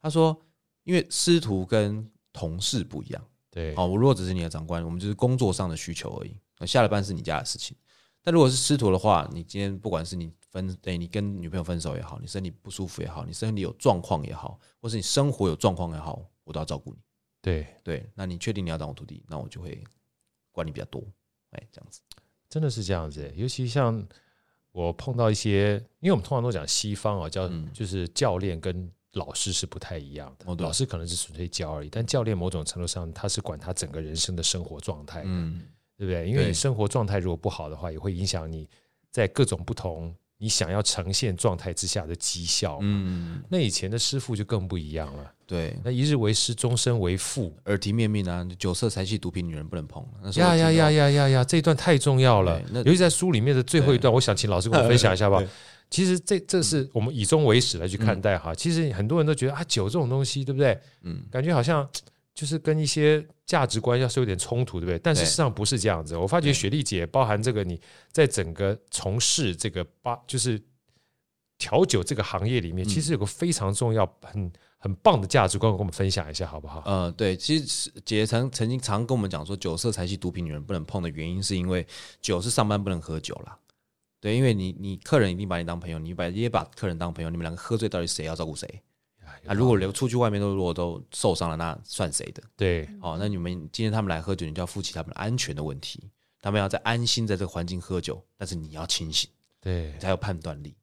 他说，因为师徒跟同事不一样。
对
哦，我如果只是你的长官，我们就是工作上的需求而已。呃下了班是你家的事情。但如果是师徒的话，你今天不管是你分，哎、你跟女朋友分手也好，你身体不舒服也好，你身体有状况也好，或是你生活有状况也好，我都要照顾你。
对，
对，那你确定你要当我徒弟，那我就会管你比较多。哎、这样子，
真的是这样子欸。尤其像我碰到一些，因为我们通常都讲西方哦，叫
嗯
就是教练跟老师是不太一样的。
哦对
老师可能是纯粹教而已，但教练某种程度上他是管他整个人生的生活状态的。
嗯，
对不对？因为
对
你生活状态如果不好的话，也会影响你在各种不同你想要呈现状态之下的绩效。
嗯，
那以前的师傅就更不一样了，
对，
那一日为师，终身为父。
耳提面命啊，酒色财气毒品，女人不能碰。啊那时候
呀
我
呀
听
呀
到
呀呀呀！这一段太重要了
对，那
尤其在书里面的最后一段，我想请老师跟我分享一下吧
对。嗯
其实这这是我们以终为始来去看待哈。其实很多人都觉得啊，酒这种东西，对不对？
嗯，
感觉好像就是跟一些价值观要是有点冲突，对不对？但是
对
事实上不是这样子。我发觉
对
雪莉姐包含这个你在整个从事这个八就是调酒这个行业里面，
嗯
其实有个非常重要、很很棒的价值观，我跟我们分享一下好不好？
呃，对，其实姐曾曾经常跟我们讲说，酒色财气毒品女人不能碰的原因，是因为酒是上班不能喝酒啦。对，因为你你客人一定把你当朋友，你把也把客人当朋友，你们两个喝醉到底谁要照顾谁啊？如果留出去外面都如果都受伤了，那算谁的？
对
哦，那你们今天他们来喝酒，你就要负起他们的安全的问题，他们要在安心在这个环境喝酒，但是你要清醒。
对
你才有判断力。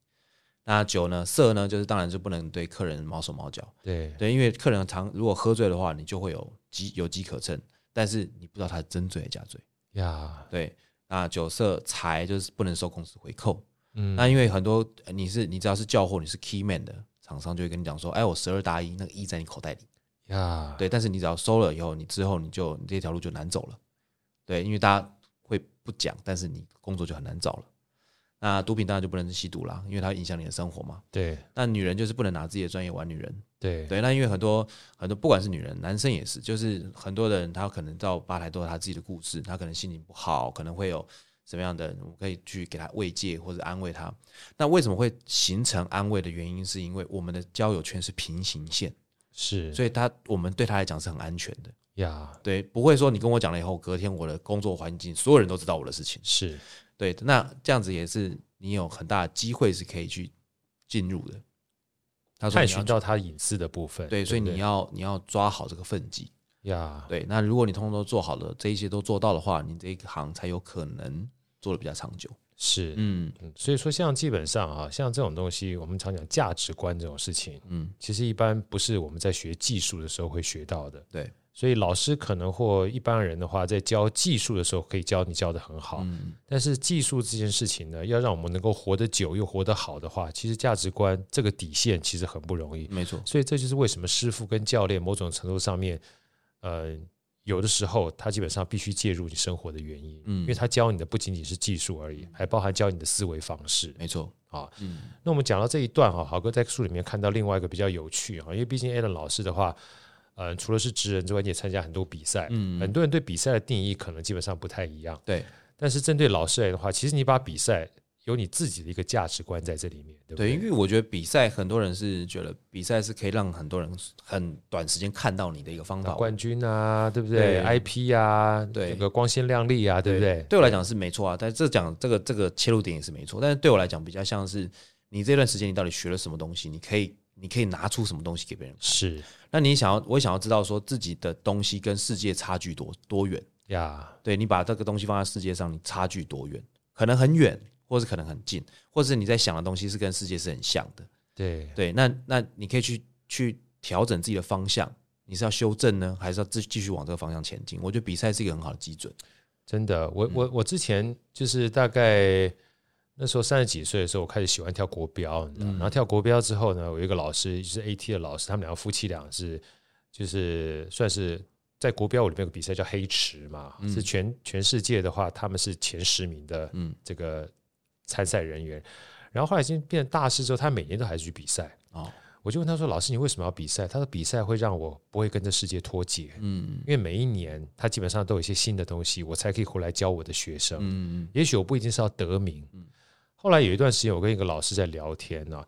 那酒呢，色呢，就是当然就不能对客人毛手毛脚，
对
对，因为客人常如果喝醉的话，你就会有机有机可乘，但是你不知道他是真醉还是假醉，
呀，
对。那酒色财就是不能收公司回扣，
嗯，
那因为很多呃你是你只要是叫货，你是 key man 的厂商就会跟你讲说，哎，我十二打一，那个一在你口袋里，
呀，
对，但是你只要收了以后，你之后你就你这条路就难走了，对，因为大家会不讲，但是你工作就很难找了。那毒品当然就不能吸毒啦，因为它会影响你的生活嘛。
对
那女人就是不能拿自己的专业玩女人，
对
对。那因为很多很多不管是女人，男生也是，就是很多的人他可能到吧台都有他自己的故事，他可能心情不好，可能会有什么样的，我们可以去给他慰藉或者安慰他。那为什么会形成安慰的原因，是因为我们的交友圈是平行线，
是，
所以他我们对他来讲是很安全的，
呀
对，不会说你跟我讲了以后，隔天我的工作环境所有人都知道我的事情，
是
对。那这样子也是你有很大的机会是可以去进入的。他说
探
你要
寻到他隐私的部分，
对，所以
不
你要你要抓好这个分际。
呀，
对，那如果你通通都做好了，这一些都做到的话，你这一行才有可能做的比较长久。
是，
嗯
嗯，所以说像基本上啊，像这种东西，我们常讲价值观这种事情，
嗯，
其实一般不是我们在学技术的时候会学到的。
对，
所以老师可能或一般人的话，在教技术的时候可以教你教的很好，
嗯，
但是技术这件事情呢，要让我们能够活得久又活得好的话，其实价值观这个底线其实很不容易。
没错，
所以这就是为什么师傅跟教练某种程度上面，呃，有的时候他基本上必须介入你生活的原因，
嗯
因为他教你的不仅仅是技术而已，还包含教你的思维方式。
没错
啊。
嗯，
那我们讲到这一段哈，豪哥在书里面看到另外一个比较有趣哈，因为毕竟 Alan 老师的话，呃，除了是职人之外，你也参加很多比赛，
嗯
很多人对比赛的定义可能基本上不太一样，
对
但是针对老师来的话，其实你把比赛有你自己的一个价值观在这里面，对不
对，
对？
因为我觉得比赛很多人是觉得比赛是可以让很多人很短时间看到你的一个方
拿
法。
冠军啊，对不对
对
？IP 啊，
对
这个光鲜亮丽啊，对不对？
对我来讲是没错啊，但是这讲这个这个切入点也是没错，但是对我来讲比较像是你这段时间你到底学了什么东西，你可以你可以拿出什么东西给别人看。
是
那你想要，我想要知道说自己的东西跟世界差距多多远？
呀，
对你把这个东西放在世界上，你差距多远？可能很远，或是可能很近，或是你在想的东西是跟世界是很像的。
对
对，那那你可以去去调整自己的方向，你是要修正呢，还是要继继续往这个方向前进？我觉得比赛是一个很好的基准。
真的，我
嗯
我我之前就是大概那时候三十几岁的时候，我开始喜欢跳国标，你知道
嗯
吗，然后跳国标之后呢，我有一个老师就是 AT 的老师，他们两个夫妻俩是就是算是在国标舞里面有个比赛叫黑池嘛，
嗯
是全全世界的话，他们是前十名的
嗯
这个参赛人员。然后后来已经变成大师之后，他每年都还是去比赛。
哦
我就问他说：“老师，你为什么要比赛？”他说：“比赛会让我不会跟这世界脱节，
嗯
因为每一年他基本上都有一些新的东西，我才可以回来教我的学生。
嗯
也许我不一定是要得名。后来有一段时间，我跟一个老师在聊天呢、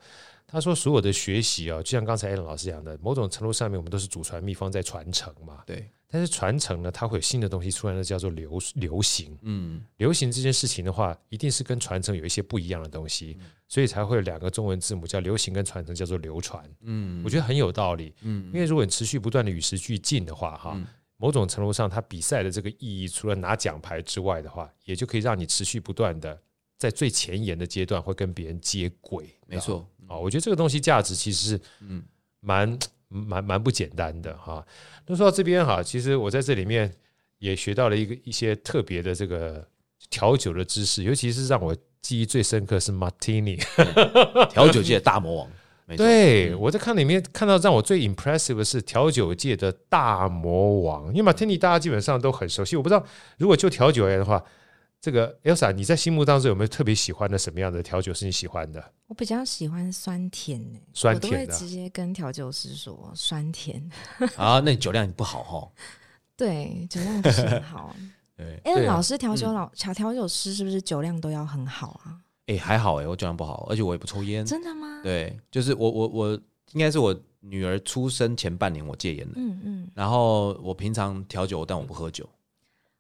他说所有的学习啊，就像刚才 a l 老师讲的，某种程度上面我们都是祖传秘方在传承嘛。
对，
但是传承呢，它会有新的东西出来，那叫做流流行。
嗯
流行这件事情的话，一定是跟传承有一些不一样的东西，
嗯
所以才会有两个中文字母叫流行跟传承，叫做流传。
嗯
我觉得很有道理，
嗯
因为如果你持续不断的与时俱进的话，哈、
嗯
某种程度上，它比赛的这个意义，除了拿奖牌之外的话，也就可以让你持续不断的在最前沿的阶段会跟别人接轨。
没错，
啊、我觉得这个东西价值其实是
啊
嗯
蛮 蛮蛮不简单的哈、那说到这边哈，其实我在这里面也学到了一个一些特别的这个调酒的知识，尤其是让我记忆最深刻是 Martini。
嗯
调酒界的大魔王，没错，
对，我在看里面看到让我最 impressive 的是调酒界的大魔王，因为马天尼大家基本上都很熟悉。我不知道如果就调酒而言的话，这个 Elsa 你在心目当中有没有特别喜欢的什么样的调酒是你喜欢的？
我比较喜欢酸甜呢、
酸
我都
甜
会
的
直接跟调酒师说酸甜，
啊，那你酒量不好哈，
对，酒量不是很 好。
对，嗯
哎、
对啊
老师调酒老调调酒师是不是酒量都要很好啊？
哎，还好哎，我酒量不好，而且我也不抽烟，
真的吗？
对，就是我我我应该是我女儿出生前半年我戒烟的，
嗯嗯
然后我平常调酒，但我不喝酒，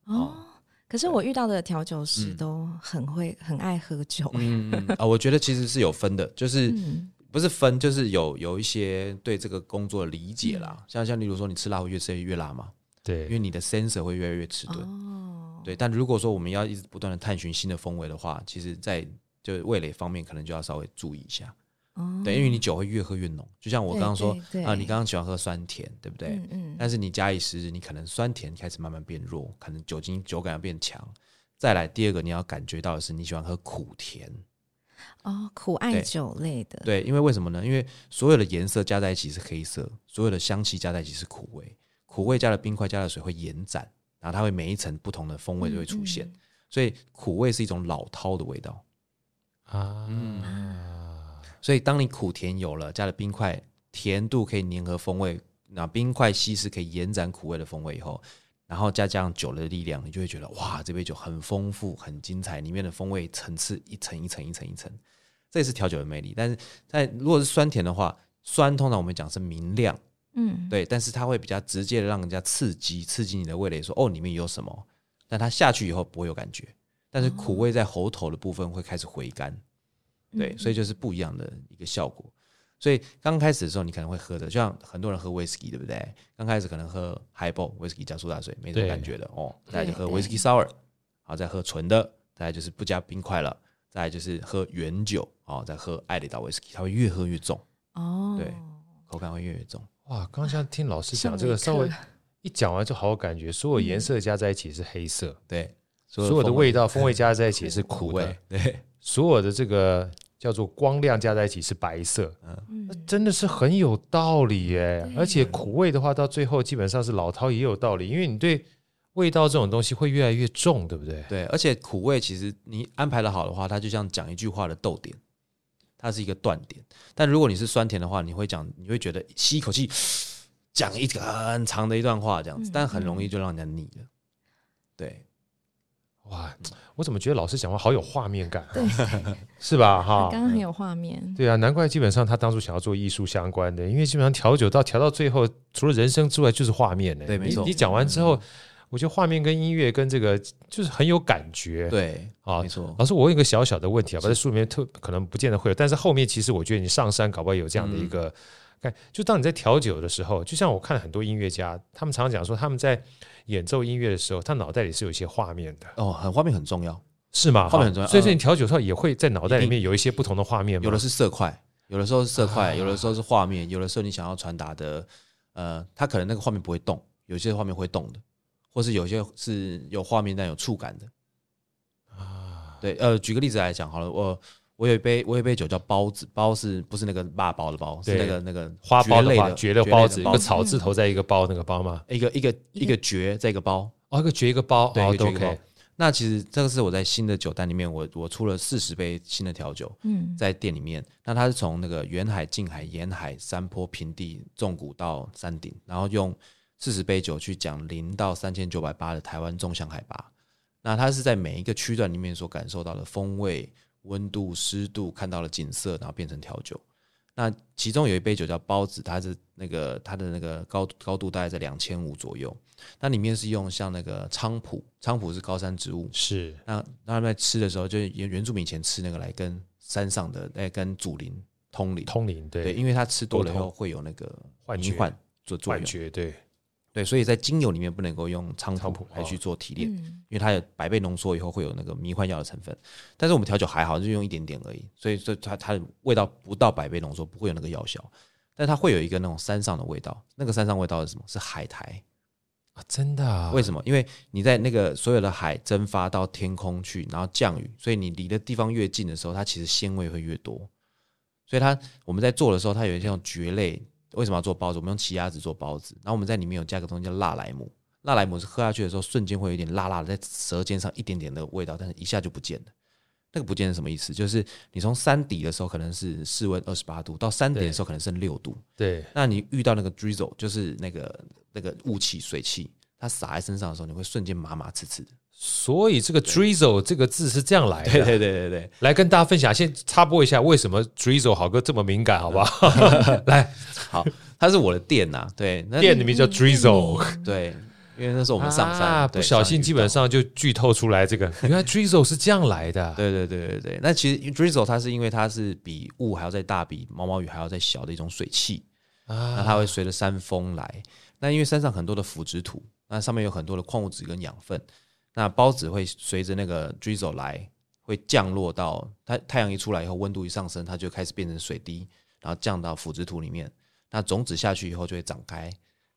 啊
哦。可是我遇到的调酒师
嗯
都很会、很爱喝酒、欸。
嗯啊，我觉得其实是有分的，就是。
嗯，
不是分，就是有有一些对这个工作的理解啦。
嗯
像像例如说，你吃辣会越吃越辣嘛，因
对，
为你的 sensor 会越来越迟钝。
哦，
对，但如果说我们要一直不断的探寻新的风味的话，其实在就是味蕾方面，可能就要稍微注意一下。
哦
对，因为你酒会越喝越浓，就像我刚刚说
对对对
啊，你刚刚喜欢喝酸甜，对不对？
嗯嗯，
但是你假以时日，你可能酸甜开始慢慢变弱，可能酒精酒感要变强。再来第二个，你要感觉到的是你喜欢喝苦甜，
哦，苦艾
对
酒类的，
对，因为为什么呢？因为所有的颜色加在一起是黑色，所有的香气加在一起是苦味，苦味加了冰块加了水会延展，然后它会每一层不同的风味都会出现，
嗯
所以苦味是一种老饕的味道。
啊，
嗯所以当你苦甜有了，加了冰块，甜度可以粘合风味，那冰块稀释可以延展苦味的风味以后。然后再加上酒的力量，你就会觉得哇，这杯酒很丰富、很精彩，里面的风味层次一层一层一层一层，这也是调酒的魅力。但是在如果是酸甜的话，酸通常我们讲是明亮，
嗯，
对，但是它会比较直接的让人家刺激，刺激你的味蕾说，哦，里面有什么？但它下去以后不会有感觉，但是苦味在喉头的部分会开始回甘，
嗯
对，所以就是不一样的一个效果。所以刚开始的时候，你可能会喝的，就像很多人喝 whisky，对不对？刚开始可能喝 highball whisky 加苏打水，没什么
对
感觉的哦。再来就喝
对对
whisky sour，好，再喝纯的，再来就是不加冰块了，再来就是喝原酒，哦，再喝爱丽岛 whisky，它会越喝越重，
哦，
对口感会越来越重。
哇，刚刚听老师讲
上
这个，
了一
稍微
课
一讲完就好有感觉，所有颜色加在一起是黑色，
对，
所有的味
道
道风味加在一起是苦
苦
的
味，，嗯对，
所有的这个叫做光亮加在一起是白色，
嗯
呃
那真的是很有道理耶
对！
而且苦味的话，到最后基本上是老饕也有道理，因为你对味道这种东西会越来越重，对不对？
对，而且苦味其实你安排的好的话，它就像讲一句话的逗点，它是一个断点。但如果你是酸甜的话，你会讲，你会觉得吸一口气， 讲一个很长的一段话这样子
嗯，
但很容易就让人家腻了。对，
哇，我怎么觉得老师讲话好有画面感，
对，
是吧？
刚
啊
哈，
刚很有画面，
对啊，难怪基本上他当初想要做艺术相关的，因为基本上调酒到调到最后，除了人生之外就是画面呢。
对没
你
错
你讲完之后，我觉得画面跟音乐跟这个就是很有感觉。
对，
啊
没，错，
老师，我有一个小小的问题啊，不在书里面特可能不见得会有，但是后面其实我觉得你上山搞不好有这样的
嗯
一个概，就当你在调酒的时候，就像我看很多音乐家，他们常常讲说他们在演奏音乐的时候，他脑袋里是有一些画面的，
哦，很画面很重要，
是吗？
画面很重要
哈所以
嗯
说你调酒的时候也会在脑袋里面有一些不同的画面吗？
有的是色块，有的时候是色块，
啊
有的时候是画面，有的时候你想要传达的，呃，它可能那个画面不会动，有些画面会动的，或是有些是有画面但有触感的。
啊，
对，呃，举个例子来讲好了，我我有一杯，我有一杯酒叫包子，包是不是那个辣包的包？是
对
那个那个
花
蕨
苞的
类
话，
的
蕨
蕨
的
类
包子，一
包嗯
个草字头在一个包，那个包吗？
一个一个一个蕨在一个包，
哦，一个蕨一个包，
对
哦
一个蕨一个
，OK，
包那其实这个是我在新的酒单里面，我我出了四十杯新的调酒，
嗯，
在店里面。那它是从那个远海、近海、沿海、山坡、平地、纵谷到山顶，然后用四十杯酒去讲零到三千九百八的台湾纵向海拔。那它是在每一个区段里面所感受到的风味、温度、湿度，看到的景色，然后变成调酒。那其中有一杯酒叫包子，它是那个它的那个高高度大概在两千五左右。那里面是用像那个菖蒲，菖蒲是高山植物，
是
那那他们在吃的时候，就是原原住民以前吃那个来跟山上的来跟祖灵通灵，
通灵，
对，
对，
因为它吃多了以
沟
后
通
会有那个
幻
迷
觉
幻做作
幻
用，啊
觉，对，
对，所以在精油里面不能够用菖
菖
蒲
蒲
来去
哦
做提炼，
嗯，
因为它有百倍浓缩以后会有那个迷幻药的成分，但是我们调酒还好，就用一点点而已，所以这它它的味道不到百倍浓缩，不会有那个药效，但它会有一个那种山上的味道，那个山上味道是什么？是海苔。
啊，真的啊，
为什么？因为你在那个所有的海蒸发到天空去，然后降雨，所以你离的地方越近的时候，它其实鲜味会越多。所以它我们在做的时候，它有一些像蕨类，为什么要做包子？我们用奇亚籽做包子，然后我们在里面有加个东西叫辣莱姆，辣莱姆是喝下去的时候瞬间会有一点辣辣的，在舌尖上一点点的味道，但是一下就不见了。那个不见是什么意思？就是你从山底的时候可能是室温二十八度，到山顶的时候可能剩六度，
对，
那你遇到那个 drizzle，就是那个那个雾气、水汽，它洒在身上的时候，你会瞬间麻麻刺刺的。
所以这个 drizzle 这个字是这样来的，
对对对，
来跟大家分享，先插播一下为什么 drizzle 好哥这么敏感，好不 好？来，
好，它是我的店呐、对，那
店的名叫 drizzle，
对，因为那时候我们上山，
啊
对
不小心
上
基本
遇到
上就剧透出来这个，原 来 drizzle 是这样来的，
对对对对对，那其实 drizzle 它是因为它是比雾还要再大，比毛毛雨还要再小的一种水汽，那
啊，
它会随着山风来。那因为山上很多的腐殖土，那上面有很多的矿物质跟养分，那孢子会随着那个 drizzle 来，会降落到它太阳一出来以后，温度一上升，它就开始变成水滴，然后降到腐殖土里面。那种子下去以后就会长开，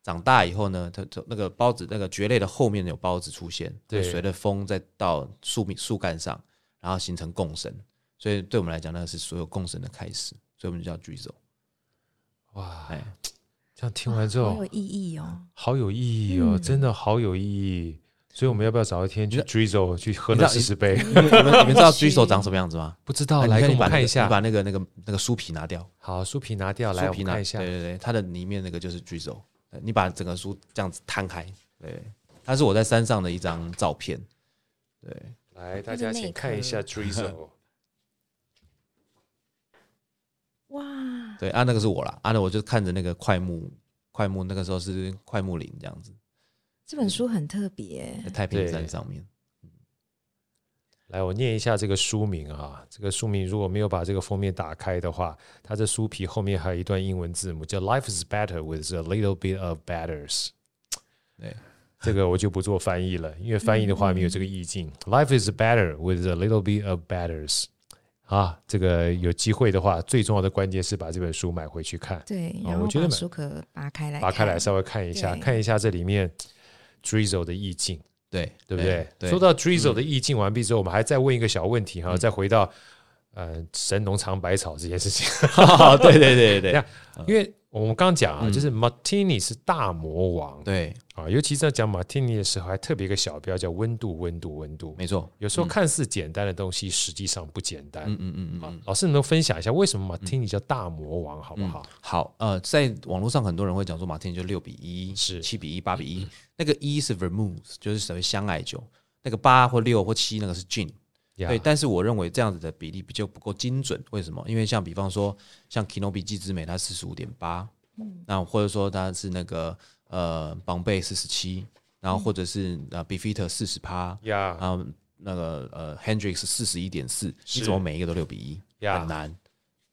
长大以后呢，它它那个孢子那个蕨类的后面有孢子出现，
对
会随着风再到树密树干上，然后形成共生。所以对我们来讲，那个是所有共生的开始，所以我们就叫 drizzle。
哇
哎，
这样听完之
好
后
有，意义哦。
好有意义哦，
嗯
真的好有意义。所以我们要不要找一天去 drizzle 去喝
你
那
知
四
道
十杯？
哦
你们你们知道
是
drizzle 长什么样子吗？
不知道，
哎你
哦来给
你
我
把
们
那
看一
个你把
下。
那个那个那个酥皮拿掉，
好，书皮拿掉来，
酥
我
皮
们
拿
看一下
对。对对，它的里面那个就是 drizzle，对你把整个书这样子摊开，对，它是我在山上的一张照片，对，
来，大
那
家
个内
请看一下 drizzle。
哇，
对啊，那个是我啦，啊，那我就看着那个快木，快木那个时候是快木林这样子，
这本书很特别
在，太平山
对
上面，
来，我念一下这个书名啊。这个书名如果没有把这个封面打开的话，它这书皮后面还有一段英文字母，叫 “Life is better with a little bit of batters”。
对，
这个我就不做翻译了，因为翻译的话没有这个意境。Life is better with a little bit of batters。啊，这个有机会的话，最重要的关键是把这本书买回去看。
对，
哦
然
我
后
觉得
把
蛮
书壳拔开来，
拔开 来，稍微看一下，
对
看一下这里面 drizzle 的意境，
对，
对不对？
哎对，嗯
说到 drizzle 的意境完毕之后，我们还再问一个小问题哈，再回到呃神农尝百草这件事情，
对对 对对
那
对
因为我们刚刚讲啊，就是 Martini 是大魔王
嗯对，
啊，尤其在讲 Martini 的时候，还特别一个小标叫温度，温度，温度。
没错，
有时候看似简单的东西，实际上不简单。啊
嗯嗯嗯嗯。嗯
老师，能不能分享一下为什么 Martini 叫大魔王，好不好？
好，呃，在网络上很多人会讲说马天尼就六比一、
是
七比一、八比 一，那个一是 vermouth，就是所谓香艾酒，那个八或六或七那个是 gin，
呀
对，但是我认为这样子的比例比较不够精准。为什么？因为像比方说，像 Kinobi 季之美，它四十五点八，那或者说它是那个呃绑贝四十七，然后或者是呃 Bifita 四十趴，
呀
然后那个呃 Hendrix 四十一点四，
是
你怎么每一个都六比一？
呀
很难，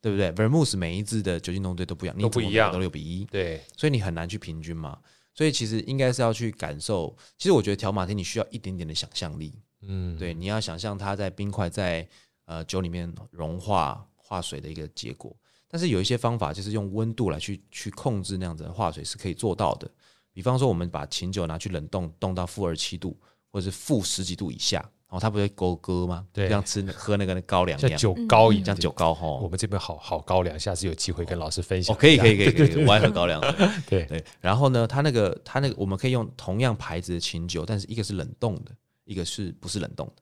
对不对？Vermouth 每一支的酒精浓度都不一样，你
都不
怎么
一样
每个都六比一，
对，
所以你很难去平均嘛。所以其实应该是要去感受。其实我觉得调马天你需要一点点的想象力，
嗯，
对，你要想象它在冰块在呃酒里面融化化水的一个结果。但是有一些方法就是用温度来去去控制那样子的化水是可以做到的。比方说，我们把琴酒拿去冷冻，冻到负二七度或者是负十几度以下，哦，它不是勾哥吗？
对
就像吃那喝那个高粱一
像
样，
酒高一样，
像酒高哈。
我
哦，
们这边好好高粱，下次有机会跟老师分享一下。
可以可以可以可以，我爱喝高粱。
对，
对，然后呢，它那个它那个我们可以用同样牌子的琴酒，但是一个是冷冻的，一个是不是冷冻的。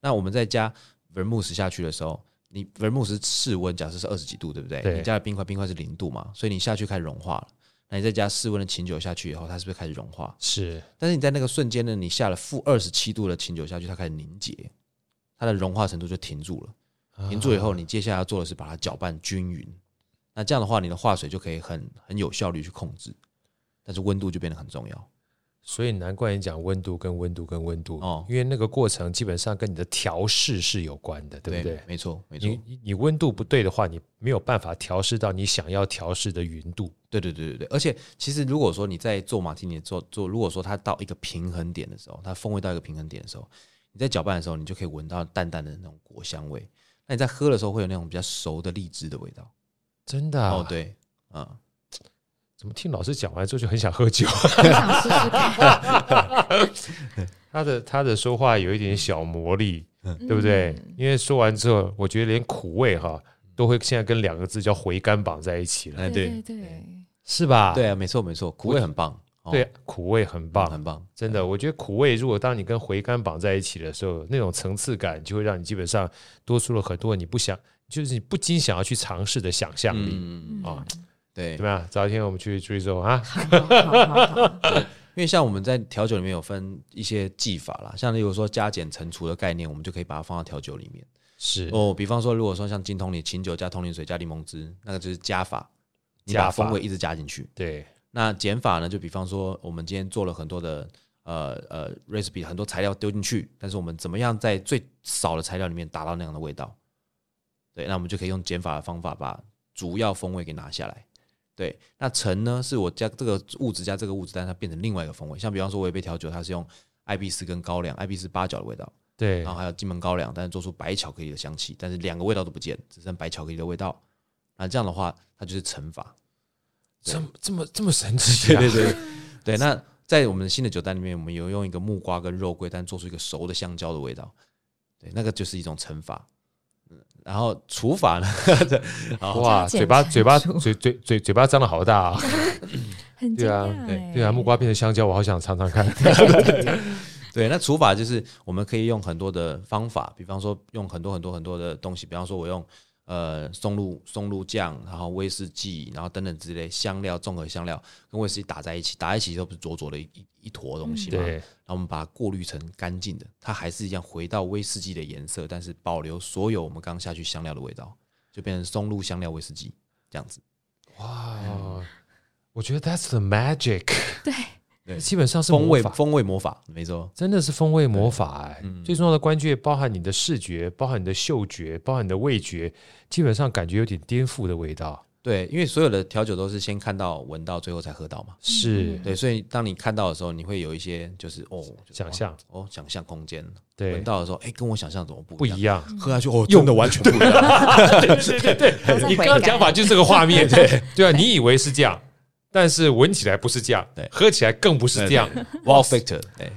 那我们在加 vermouth 下去的时候，你 vermouth 是室温，假设是二十几度，对不对？
对
你加了冰块，冰块是零度嘛，所以你下去开始融化了。那你再加室温的琴酒下去以后，它是不是开始融化？
是
但是你在那个瞬间呢，你下了负二十七度的琴酒下去，它开始凝结，它的融化程度就停住了。
啊
停住以后，你接下来要做的是把它搅拌均匀。那这样的话，你的化水就可以很很有效率去控制，但是温度就变得很重要。
所以难怪你讲温度跟温度跟温度
哦
因为那个过程基本上跟你的调试是有关的，对不对？
没错，没错。
你你你温度不对的话，你没有办法调试到你想要调试的匀度。
对对对对对。而且，其实如果说你在做马提尼做做，如果说它到一个平衡点的时候，它风味到一个平衡点的时候，你在搅拌的时候，你就可以闻到淡淡的那种果香味。那你在喝的时候会有那种比较熟的荔枝的味道。
真的、啊、
哦，，对，嗯，
怎么听老师讲完之后就很想喝 酒？
我想试试看，
他的他的说话有一点小魔力，对不对？
嗯
因为说完之后，我觉得连苦味哈都会现在跟两个字叫回甘绑在一起了，
嗯哎
对
对
对对，
是吧？
对啊，没错没错，苦味很棒，哦
对，苦味很棒，
很棒，
真的，我觉得苦味如果当你跟回甘绑在一起的时候，那种层次感就会让你基本上多出了很多你不想，就是你不禁想要去尝试的想象力。
嗯，
嗯
啊
对
怎，么样？早一天我们去追踪啊，
好好好好好，
因为像我们在调酒里面有分一些技法啦，像例如说加减乘除的概念，我们就可以把它放到调酒里面。
是
哦，比方说，如果说像金桶里琴酒加通灵水加柠檬汁，那个就是加法，你
加
把
法
风味一直加进去。
对，
那减法呢，就比方说我们今天做了很多的呃呃 recipe，很多材料丢进去，但是我们怎么样在最少的材料里面达到那样的味道？对，那我们就可以用减法的方法把主要风味给拿下来。对，那橙呢，是我加这个物质加这个物质，但是它变成另外一个风味。像比方说，我有一杯调酒，它是用艾必斯跟高粱、艾必斯八角的味道，
对
然，后还有金门高粱，但是做出白巧克力的香气，但是两个味道都不见，只剩白巧克力的味道。那这样的话，它就是乘法。
这么这么这么神 奇、啊，
对对对对。那在我们的新的酒单里面，我们有用一个木瓜跟肉桂，但做出一个熟的香蕉的味道，对，那个就是一种乘法。嗯，然后除法呢？
哇，
加减
嘴巴
乘
嘴巴
除
嘴嘴嘴嘴巴张的好大啊！
很
对
惊
啊
讶哎，
对啊，木瓜变成香蕉，我好想尝尝 看。
对，那除法就是我们可以用很多的方法，比方说用很多很多很多的东西，比方说我用呃松露松露酱，然后威士忌，然后等等之类香料综合香料跟威士忌打在一起，打在一起都不是浊浊的一一一坨东西嘛。
嗯对，
然后我们把它过滤成干净的，它还是一样回到威士忌的颜色，但是保留所有我们刚下去香料的味道，就变成松露香料威士忌这样子。
哇，我觉得 that's the magic，
对
这基本上是
风
魔
味
法
风味魔法，没错，
真的是风味魔法哎、最重要的关键包含你的视觉，包含你的嗅觉，包含你的味觉，基本上感觉有点颠覆的味道。
对，因为所有的调酒都是先看到、闻到，最后才喝到嘛。
是，
对，所以当你看到的时候，你会有一些就是哦，就
想象
哦，哦想象空间。
对
闻，到的时候，哎，跟我想象怎么不
不
一样？
一样。
喝下去哦，真的完全不一样。
都在
你刚
回
刚
甘
讲法就是这个画面，对对啊，你以为是这样，但是闻起来不是这样
对，
喝起来更不 是这样。
Wow factor，对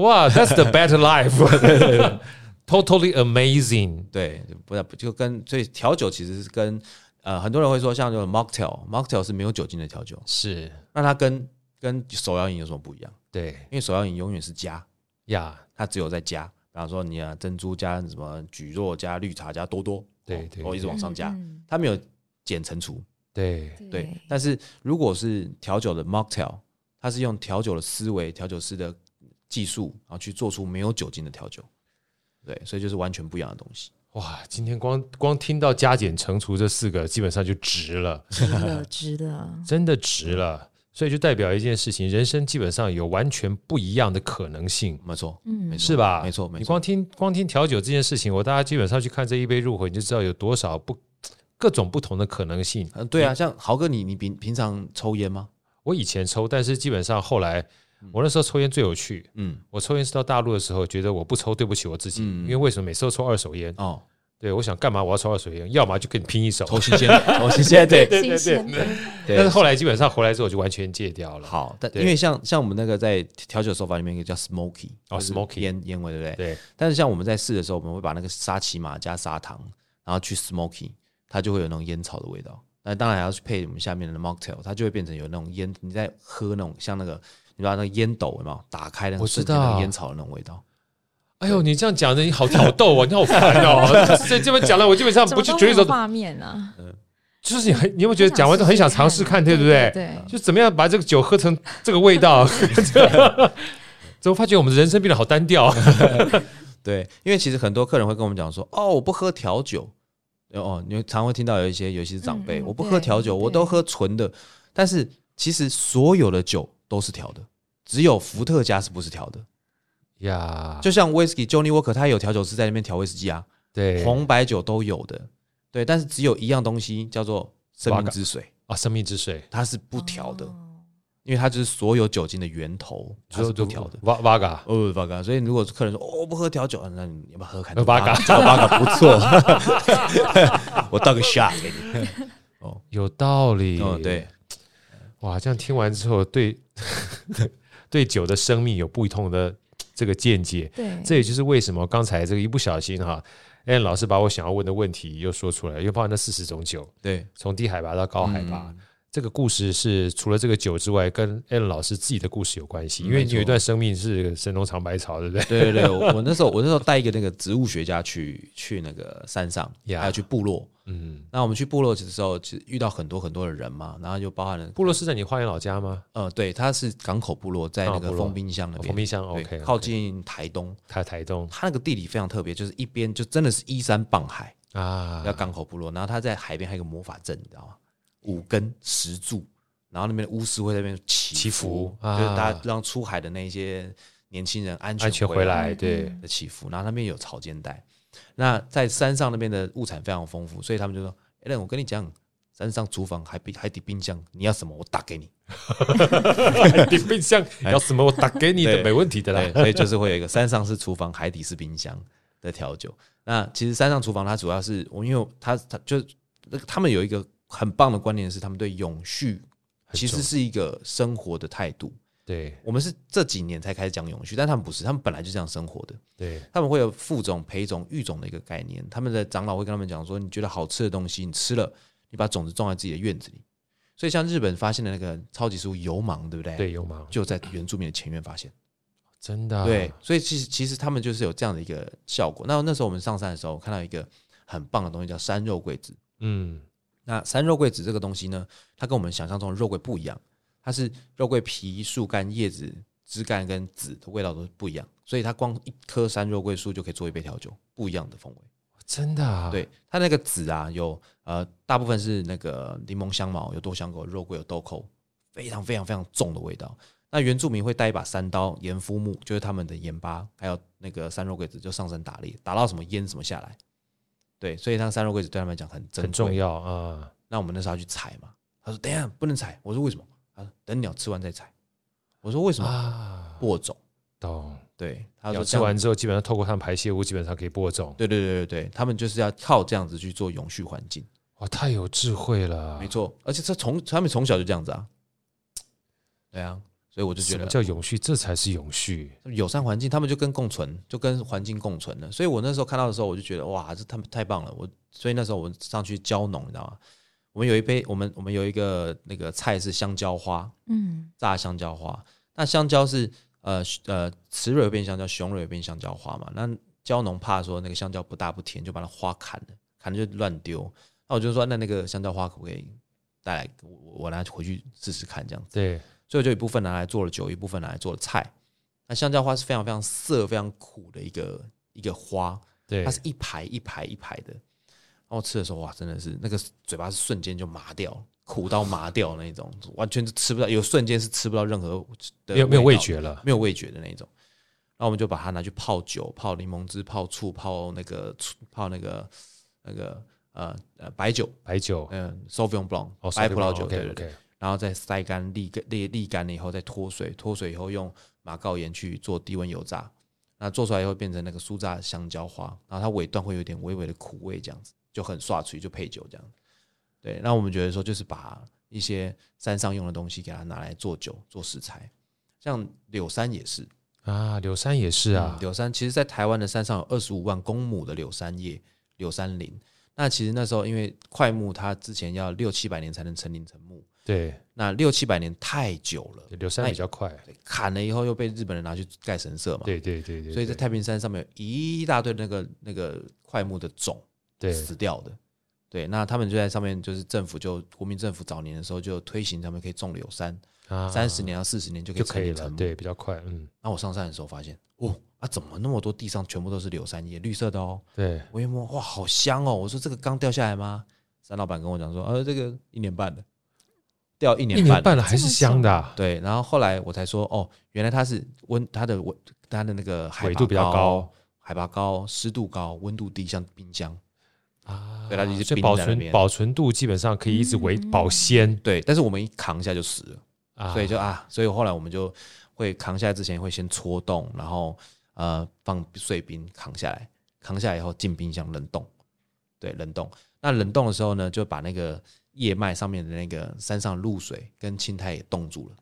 哇，That's the better life 。Totally amazing，
对，就不要就跟所以调酒其实是跟呃很多人会说像就是 mocktail，mocktail 是没有酒精的调酒，
是
那它跟跟手摇饮有什么不一样？
对
因为手摇饮永远是加，
呀，
它只有在加，比方说你啊珍珠加什么蒟蒻加绿茶加多多，
对
哦
对
哦一直往上加，
嗯
它没有减乘除，
对
嗯
对。但是如果是调酒的 mocktail，它是用调酒的思维、调酒师的技术，然后去做出没有酒精的调酒，对，所以就是完全不一样的东西。
哇，今天光光听到加减乘除这四个，基本上就值了。
值了值了，
真的值了。所以就代表一件事情，人生基本上有完全不一样的可能性，
没错，
嗯
没错
是吧？
没错没错
你光听光听调酒这件事情，我大家基本上去看这一杯入魂，你就知道有多少不各种不同的可能性。
嗯、对啊，像豪哥你你平平常抽烟吗？
我以前抽，但是基本上后来我那时候抽烟最有趣。
嗯，
我抽烟是到大陆的时候，觉得我不抽对不起我自己，
嗯
因为为什么每次都抽二手烟？
哦，
对，我想干嘛我要抽到水烟，要么就跟你拼一手。
抽新 鲜的，抽新鲜的，对
对
新鲜的
对。
但是后来基本上回来之后我就完全戒掉了。
好，但
对
因为像像我们那个在调酒手法里面有一个叫 smoky，
哦
就是
smoky
烟烟味，对不对？
对，
但是像我们在试的时候，我们会把那个沙琪玛加砂糖，然后去 smoky，它就会有那种烟草的味道。那当然还要去配我们下面的 mocktail，它就会变成有那种烟。你在喝那种像那个，你把那个烟斗有没有打开那个
我知
瞬间那个
道
烟草的那种味道？
哎呦，你这样讲的你好挑逗哦，你好烦 哦。这这么讲了，我基本上
怎
不
么
去
都
举
没
例
有
手，
画面啊？
就是你很，你有没有觉得讲完之后很想尝试看，对不对？
对，
就怎么样把这个酒喝成这个味道？ 怎么发觉我们人生变得好单调？啊
对，因为其实很多客人会跟我们讲说，哦，我不喝调酒，哦，你常会听到有一些，尤其是长辈，
嗯嗯
我不喝调酒，
对
我都喝纯的。但是其实所有的酒都是调的，只有伏特加是不是调的？
呀，
就像 whisky Johnny Walker，他有调酒师在那边调威士忌啊，
对
红白酒都有的。对，但是只有一样东西叫做生命之水，
啊，生命之水，
它是不调的，
哦
因为它就是所有酒精的源头，它是不调的。
瓦瓦嘎，
哦，八嘎，所以如果客人说哦我不喝调酒，啊那你要不要喝看？
呃八嘎
这个八嘎不错， 我倒个 shot 给你。
有道理。
嗯，对，
哦哇，这样听完之后，对 对酒的生命有不同的这个见解。
对，
这也就是为什么刚才这个一不小心哈、a n 老师把我想要问的问题又说出来，又包含那四十种酒，
对，
从低海拔到高海拔。
嗯
这个故事是除了这个酒之外，跟 a n 老师自己的故事有关系，
嗯
因为
没
你
错
有一段生命是神农尝百草，对不对？
对对对，我我那时候我那时候带一个那个植物学家去去那个山上，
Yeah
还有去部落。
嗯，
那我们去部落的时候，其实遇到很多很多的人嘛，然后就包含了
部落是在你花园老家吗？
呃，对，它是港口部落，在那
哦
个
部落
封冰箱那
哦
边，
封冰箱
对
OK，
靠近台东。
台台东
它那个地理非常特别，就是一边就真的是依山傍海，
啊
叫，港口部落，然后他在海边还有一个魔法阵，你知道吗？五根石柱，然后那边的巫师会在那边祈
祈
福
福，啊
就是大家让出海的那些年轻人安
安全
回
回来，对，
的祈福，然后那边有草间带，那在山上那边的物产非常丰富，所以他们就说：“哎、我跟你讲，山上厨房海冰海底冰箱，你要什么我打给你。
你冰箱要什么我打给你的，
哎对
没问题”的
对，
啦。
所以就是会有一个山上是厨房，海底是冰箱的调酒。那其实山上厨房它主要是我，因为它它就是那个他们有一个很棒的观念是，他们对永续
很
其实
重
是一个生活的态度。
对
我们是这几年才开始讲永续，但他们不是，他们本来就这样生活的。
对，
他们会有副种、培种、育种的一个概念。他们的长老会跟他们讲说，你觉得好吃的东西，你吃了，你把种子种在自己的院子里。所以像日本发现的那个超级食物油芒，对不对？，
对，有吗？
就在原住民的前院发现。
真的啊
对，所以其实其实他们就是有这样的一个效果。那那时候我们上山的时候，看到一个很棒的东西叫山肉桂子。
嗯，
那山肉桂子这个东西呢，它跟我们想象中的肉桂不一样，它是肉桂皮、树干、叶子、枝干跟籽的味道都不一样，所以它光一棵山肉桂树就可以做一杯调酒，不一样的风味。
真的啊，
对，它那个籽啊，有呃，大部分是那个柠檬香茅，有多香果，肉桂有豆蔻，非常非常非常重的味道。那原住民会带一把三刀，盐夫木就是他们的盐巴，还有那个山肉桂子，就上山打猎，打到什么腌什么下来。对，所以那个山肉桂子对他们来讲很珍
很
贵
重。要啊。
那我们那时候要去采嘛，他说等一下不能采，我说为什么？他说等鸟吃完再采。我说为什么？
啊，
播种。
懂。
对，他
咬
说
吃
这样
完之后，基本上透过他们排泄物，基本上可以播种。
对对对对对，他们就是要靠这样子去做永续环境。
哇，太有智慧了。
没，错，而且这从他们从小就这样子啊，对啊，所以我就觉
什么
得
叫永续？这才是永续。
友善环境，他们就跟共存，就跟环境共存了。所以我那时候看到的时候，我就觉得哇，这他们太棒了。我所以那时候我上去浇农，你知道吗？我们有一杯，我们我们有一个那个菜是香蕉花，
嗯，
榨香蕉花。那香蕉是呃呃雌蕊变香蕉，雄蕊变香蕉花嘛。那蕉农怕说那个香蕉不大不甜，就把那花砍了，砍了就乱丢。那我就说，那那个香蕉花可不可以带来？我我我拿回去试试看，这样子。
对，
所以我就一部分拿来做了酒，一部分拿来做了菜。那香蕉花是非常非常涩、非常苦的一个一个花，
对
它，是一排一排一排的。然后吃的时候，哇，真的是那个嘴巴是瞬间就麻掉了，苦到麻掉那种，完全是吃不到，有瞬间是吃不到任何的
没有没有
味
味
道，
觉了。
没有味觉的那种。然后我们就把它拿去泡酒、泡柠檬汁、泡醋、泡那个醋、泡那个那个呃呃白酒，
白酒，
嗯、呃、，Sauvignon Blanc，、
哦，
白葡萄酒，对对
OK
对。
OK，
然后再晒干沥干沥沥干了以后再脱水，脱水以后用马告盐去做低温油炸，那做出来以后变成那个酥炸香蕉花，然后它尾段会有点微微的苦味，这样子就很刷脆，就配酒这样。对，那我们觉得说就是把一些山上用的东西给它拿来做酒做食材，像柳杉也是，
啊，柳杉也是啊
嗯，柳杉其实，在台湾的山上有二十五万公亩的柳杉叶、柳杉林。那其实那时候，因为快木它之前要六七百年才能成林成木，
对，
那六七百年太久了，
柳杉比较快，
对砍了以后又被日本人拿去盖神社嘛，
对对对对，
所以在太平山上面有一大堆那个那个快木的种
对
死掉的，对，那他们就在上面，就是政府就国民政府早年的时候就推行他们可以种柳杉，
啊
三十年到四十年就可以
就可
成
以
林
了
成，木，
对，比较快，嗯，
那我上山的时候发现，哦，啊，怎么那么多地上全部都是柳杉叶，绿色的哦？
对，
我一摸，哇，好香哦！我说这个刚掉下来吗？山老板跟我讲说，呃，这个一年半了，掉一
一
年半
年
了。
半了还是
这么
香的啊，
对，然后后来我才说，哦，原来它是温，它的温，它的那个海拔
纬度比较高，
海拔高，湿度高，温度低，像冰箱。
啊，
对它就是
所以
冰
保
在那
存
边
保存度基本上可以一直维
嗯
保鲜
对，但是我们一扛一下就死了。
啊，
所以就啊，所以后来我们就会扛下来之前会先戳洞，然后呃放碎冰扛下来，扛下来以后进冰箱冷冻，对，冷冻。那冷冻的时候呢，就把那个叶脉上面的那个山上露水跟青苔也冻住了。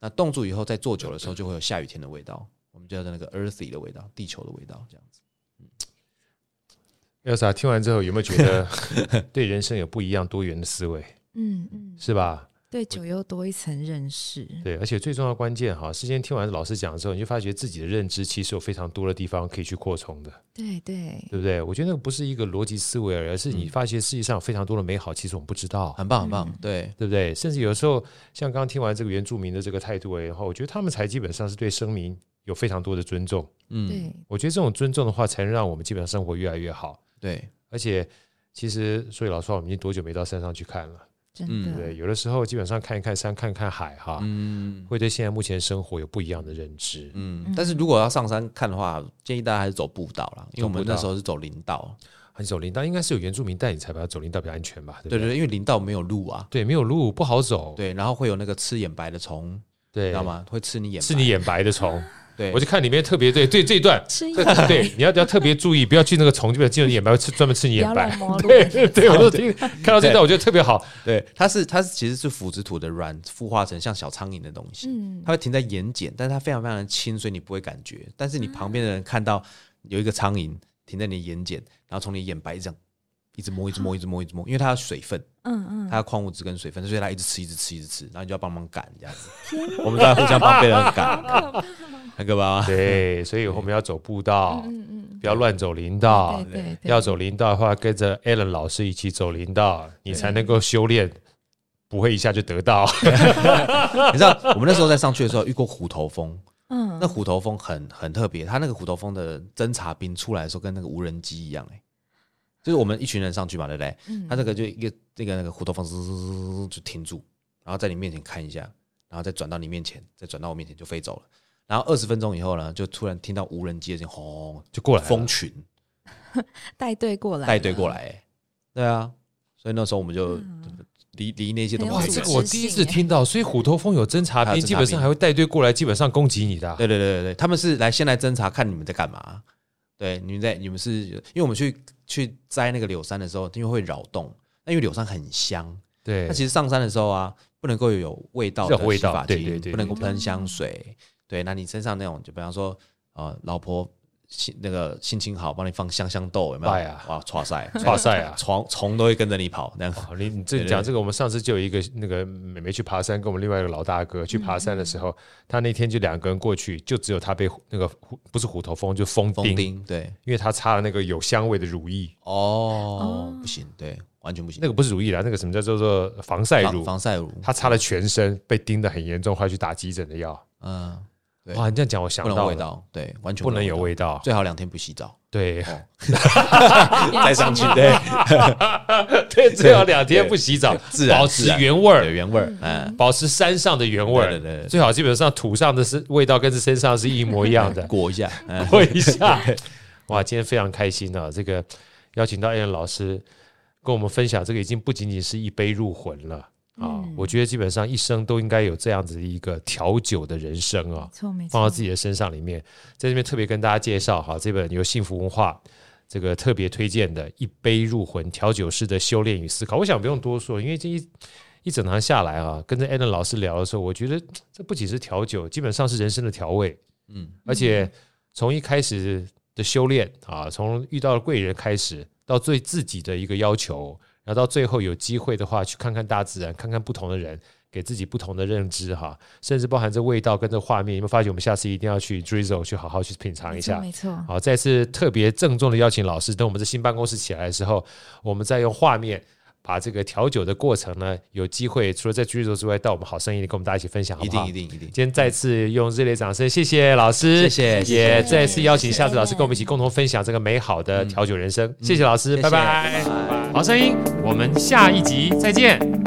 那冻住以后，在做酒的时候就会有下雨天的味道，我们叫做那个 earthy 的味道，地球的味道，这样子。
要啥听完之后有没有觉得 对人生有不一样多元的思维，
嗯嗯，
是吧？
对酒又多一层认识。
对，而且最重要的关键哈，是先听完老师讲之后，你就发觉自己的认知其实有非常多的地方可以去扩充的，
对对，
对不对？我觉得那个不是一个逻辑思维而已，而是你
嗯
发现世界上有非常多的美好，其实我们不知道，
很棒，很棒
嗯，
对，
对不对？甚至有时候像刚刚听完这个原住民的这个态度而言的话，我觉得他们才基本上是对生命有非常多的尊重。
嗯，
对，
我觉得这种尊重的话，才能让我们基本上生活越来越好。
对，
而且，其实所以老实话，我们已经多久没到山上去看了？
真
嗯
对不对，
的，
有的时候基本上看一看山，看看海哈，
嗯
会对现在目前生活有不一样的认知。
嗯。但是如果要上山看的话，建议大家还是走步道啦，因为我们
走步道
那时候是走林道，
很走林道应该是有原住民带你才把它走林道比较安全吧？对不
对
对
对，对因为林道没有路啊，
对没有路不好走，
对，然后会有那个吃眼白的虫，
对，
知道？吗？会吃你眼白，
是你眼白的虫，
对，
我就看里面特别对对这一段，
吃一
这对你要要特别注意，不要去那个虫，就不要进入眼白会吃专门吃你
不
眼
要
白
乱。摸 路。
对对，我都听看到这段，我觉得特别好。
对，它是它是其实是腐殖土的软孵化成像小苍蝇的东西，
嗯
它，会停在眼睑，但是它非常非常的轻，所以你不会感觉，但是你旁边的人看到有一个苍蝇停在你的眼睑，然后从你眼白这样一直摸，一直 摸，一直摸，一直摸，因为它有水分，
嗯
它
嗯，
有矿物质跟水分，所以它一直吃，一直吃，一直吃，然后你就要帮忙赶这 样子，我们都在互相帮别人赶，很可怕吗？啊
对，所以我们要走步道，
嗯嗯，
不要乱走林道
对。对对，
啊要走林道的话，跟着 Alan 老师一起走林道，你才能够修炼，不会一下就得到。
你知道我们那时候在上去的时候遇过虎头蜂。
嗯，
那虎头蜂很很特别，它那个虎头蜂的侦察兵出来的时候，跟那个无人机一样、欸，就是我们一群人上去嘛，对不对？
嗯
它这个就一个那个那个虎头蜂滋滋滋滋就停住，然后在你面前看一下，然后再转到你面前，再转到我面前就飞走了。然后二十分钟以后呢，就突然听到无人机的声音，轰，
就过来了
蜂群
带队过来，
带队过来、，欸对啊，所以那时候我们就
嗯
离离那些东
很有
哇，
西
这
组
远
个
织
了。
我第一次
性欸
听到，所以虎头蜂有侦察
还有
兵，
侦察
基本上
兵
还会带队过来，基本上攻击你的啊、
对对对对对，他们是来先来侦查，看你们在干嘛。对，你们在你们是因为我们去去摘那个柳杉的时候，因为会扰动，那因为柳杉很香，
对，
那其实上山的时候啊，不能够有味道
这
的
有味道
洗发精
对对对
不能够
对
喷香水。对，那你身上那种，就比方说，呃，老婆心那个心情好，帮你放香香豆，有没有？
哎呀
哇，哇塞，
哇塞啊！
虫虫都会跟着你跑，那样。
好，你你这
对对
讲这个，我们上次就有一个那个妹妹去爬山，跟我们另外一个老大哥去爬山的时候，他那天就两个人过去，就只有他被虎那个虎不是虎头蜂，就蜂
蜂
叮，
叮，对，
因为他擦了那个有香味的乳液，
哦，不行，对，完全不行。
那个不是乳液啦，那个什么叫做做防晒
防
乳，
防晒乳，
他擦了全身，被叮得很严重，后来去打急诊的药。
嗯，对
哇，你这样讲我想
不能有
到
味
了，
道，对，完全
不能有味道，啊
最好两天不洗澡，
对
再上去， 对，
对，最好两天不洗澡，
自然
保
自
持
然
原味儿
有。原味儿，嗯，
保持山上的原味儿，
对对对对
最好基本上土上的是味道跟这身上是一模一样的。
裹一下， 嗯，
过一下，哇，今天非常开心啊！这个邀请到 a l n 老师跟我们分享这个，已经不仅仅是一杯入魂了，啊、我觉得基本上一生都应该有这样子一个调酒的人生啊
没，错没
放到
错，
自己的身上里面。在这边特别跟大家介绍哈，这本由幸福文化这个特别推荐的《一杯入魂：调酒师的修炼与思考》，我想不用多说，因为这一一整堂下来啊，跟着 a l a n 老师聊的时候，我觉得这不仅是调酒，基本上是人生的调味。
嗯，
而且从一开始的修炼啊，从遇到贵人开始，到对自己的一个要求，然后到最后有机会的话，去看看大自然，看看不同的人，给自己不同的认知哈，甚至包含这味道跟这画面，有没有发觉？我们下次一定要去 Drizzle 去好好去品尝一
没
下
错。没错，
好，再次特别郑重的邀请老师，等我们这新办公室起来的时候，我们再用画面把这个调酒的过程呢，有机会除了在 Drizzle 之外，到我们好声音里跟我们大家一起分享，好
一
不好
定一？定一
今
定。
天再次用热烈掌声，谢谢老师，
谢谢
也
谢谢
再次邀请夏子老师
谢谢
跟我们一起共同分享这个美好
嗯
的调酒人生。谢谢老师，
谢谢
拜拜。好声音，我们下一集再见。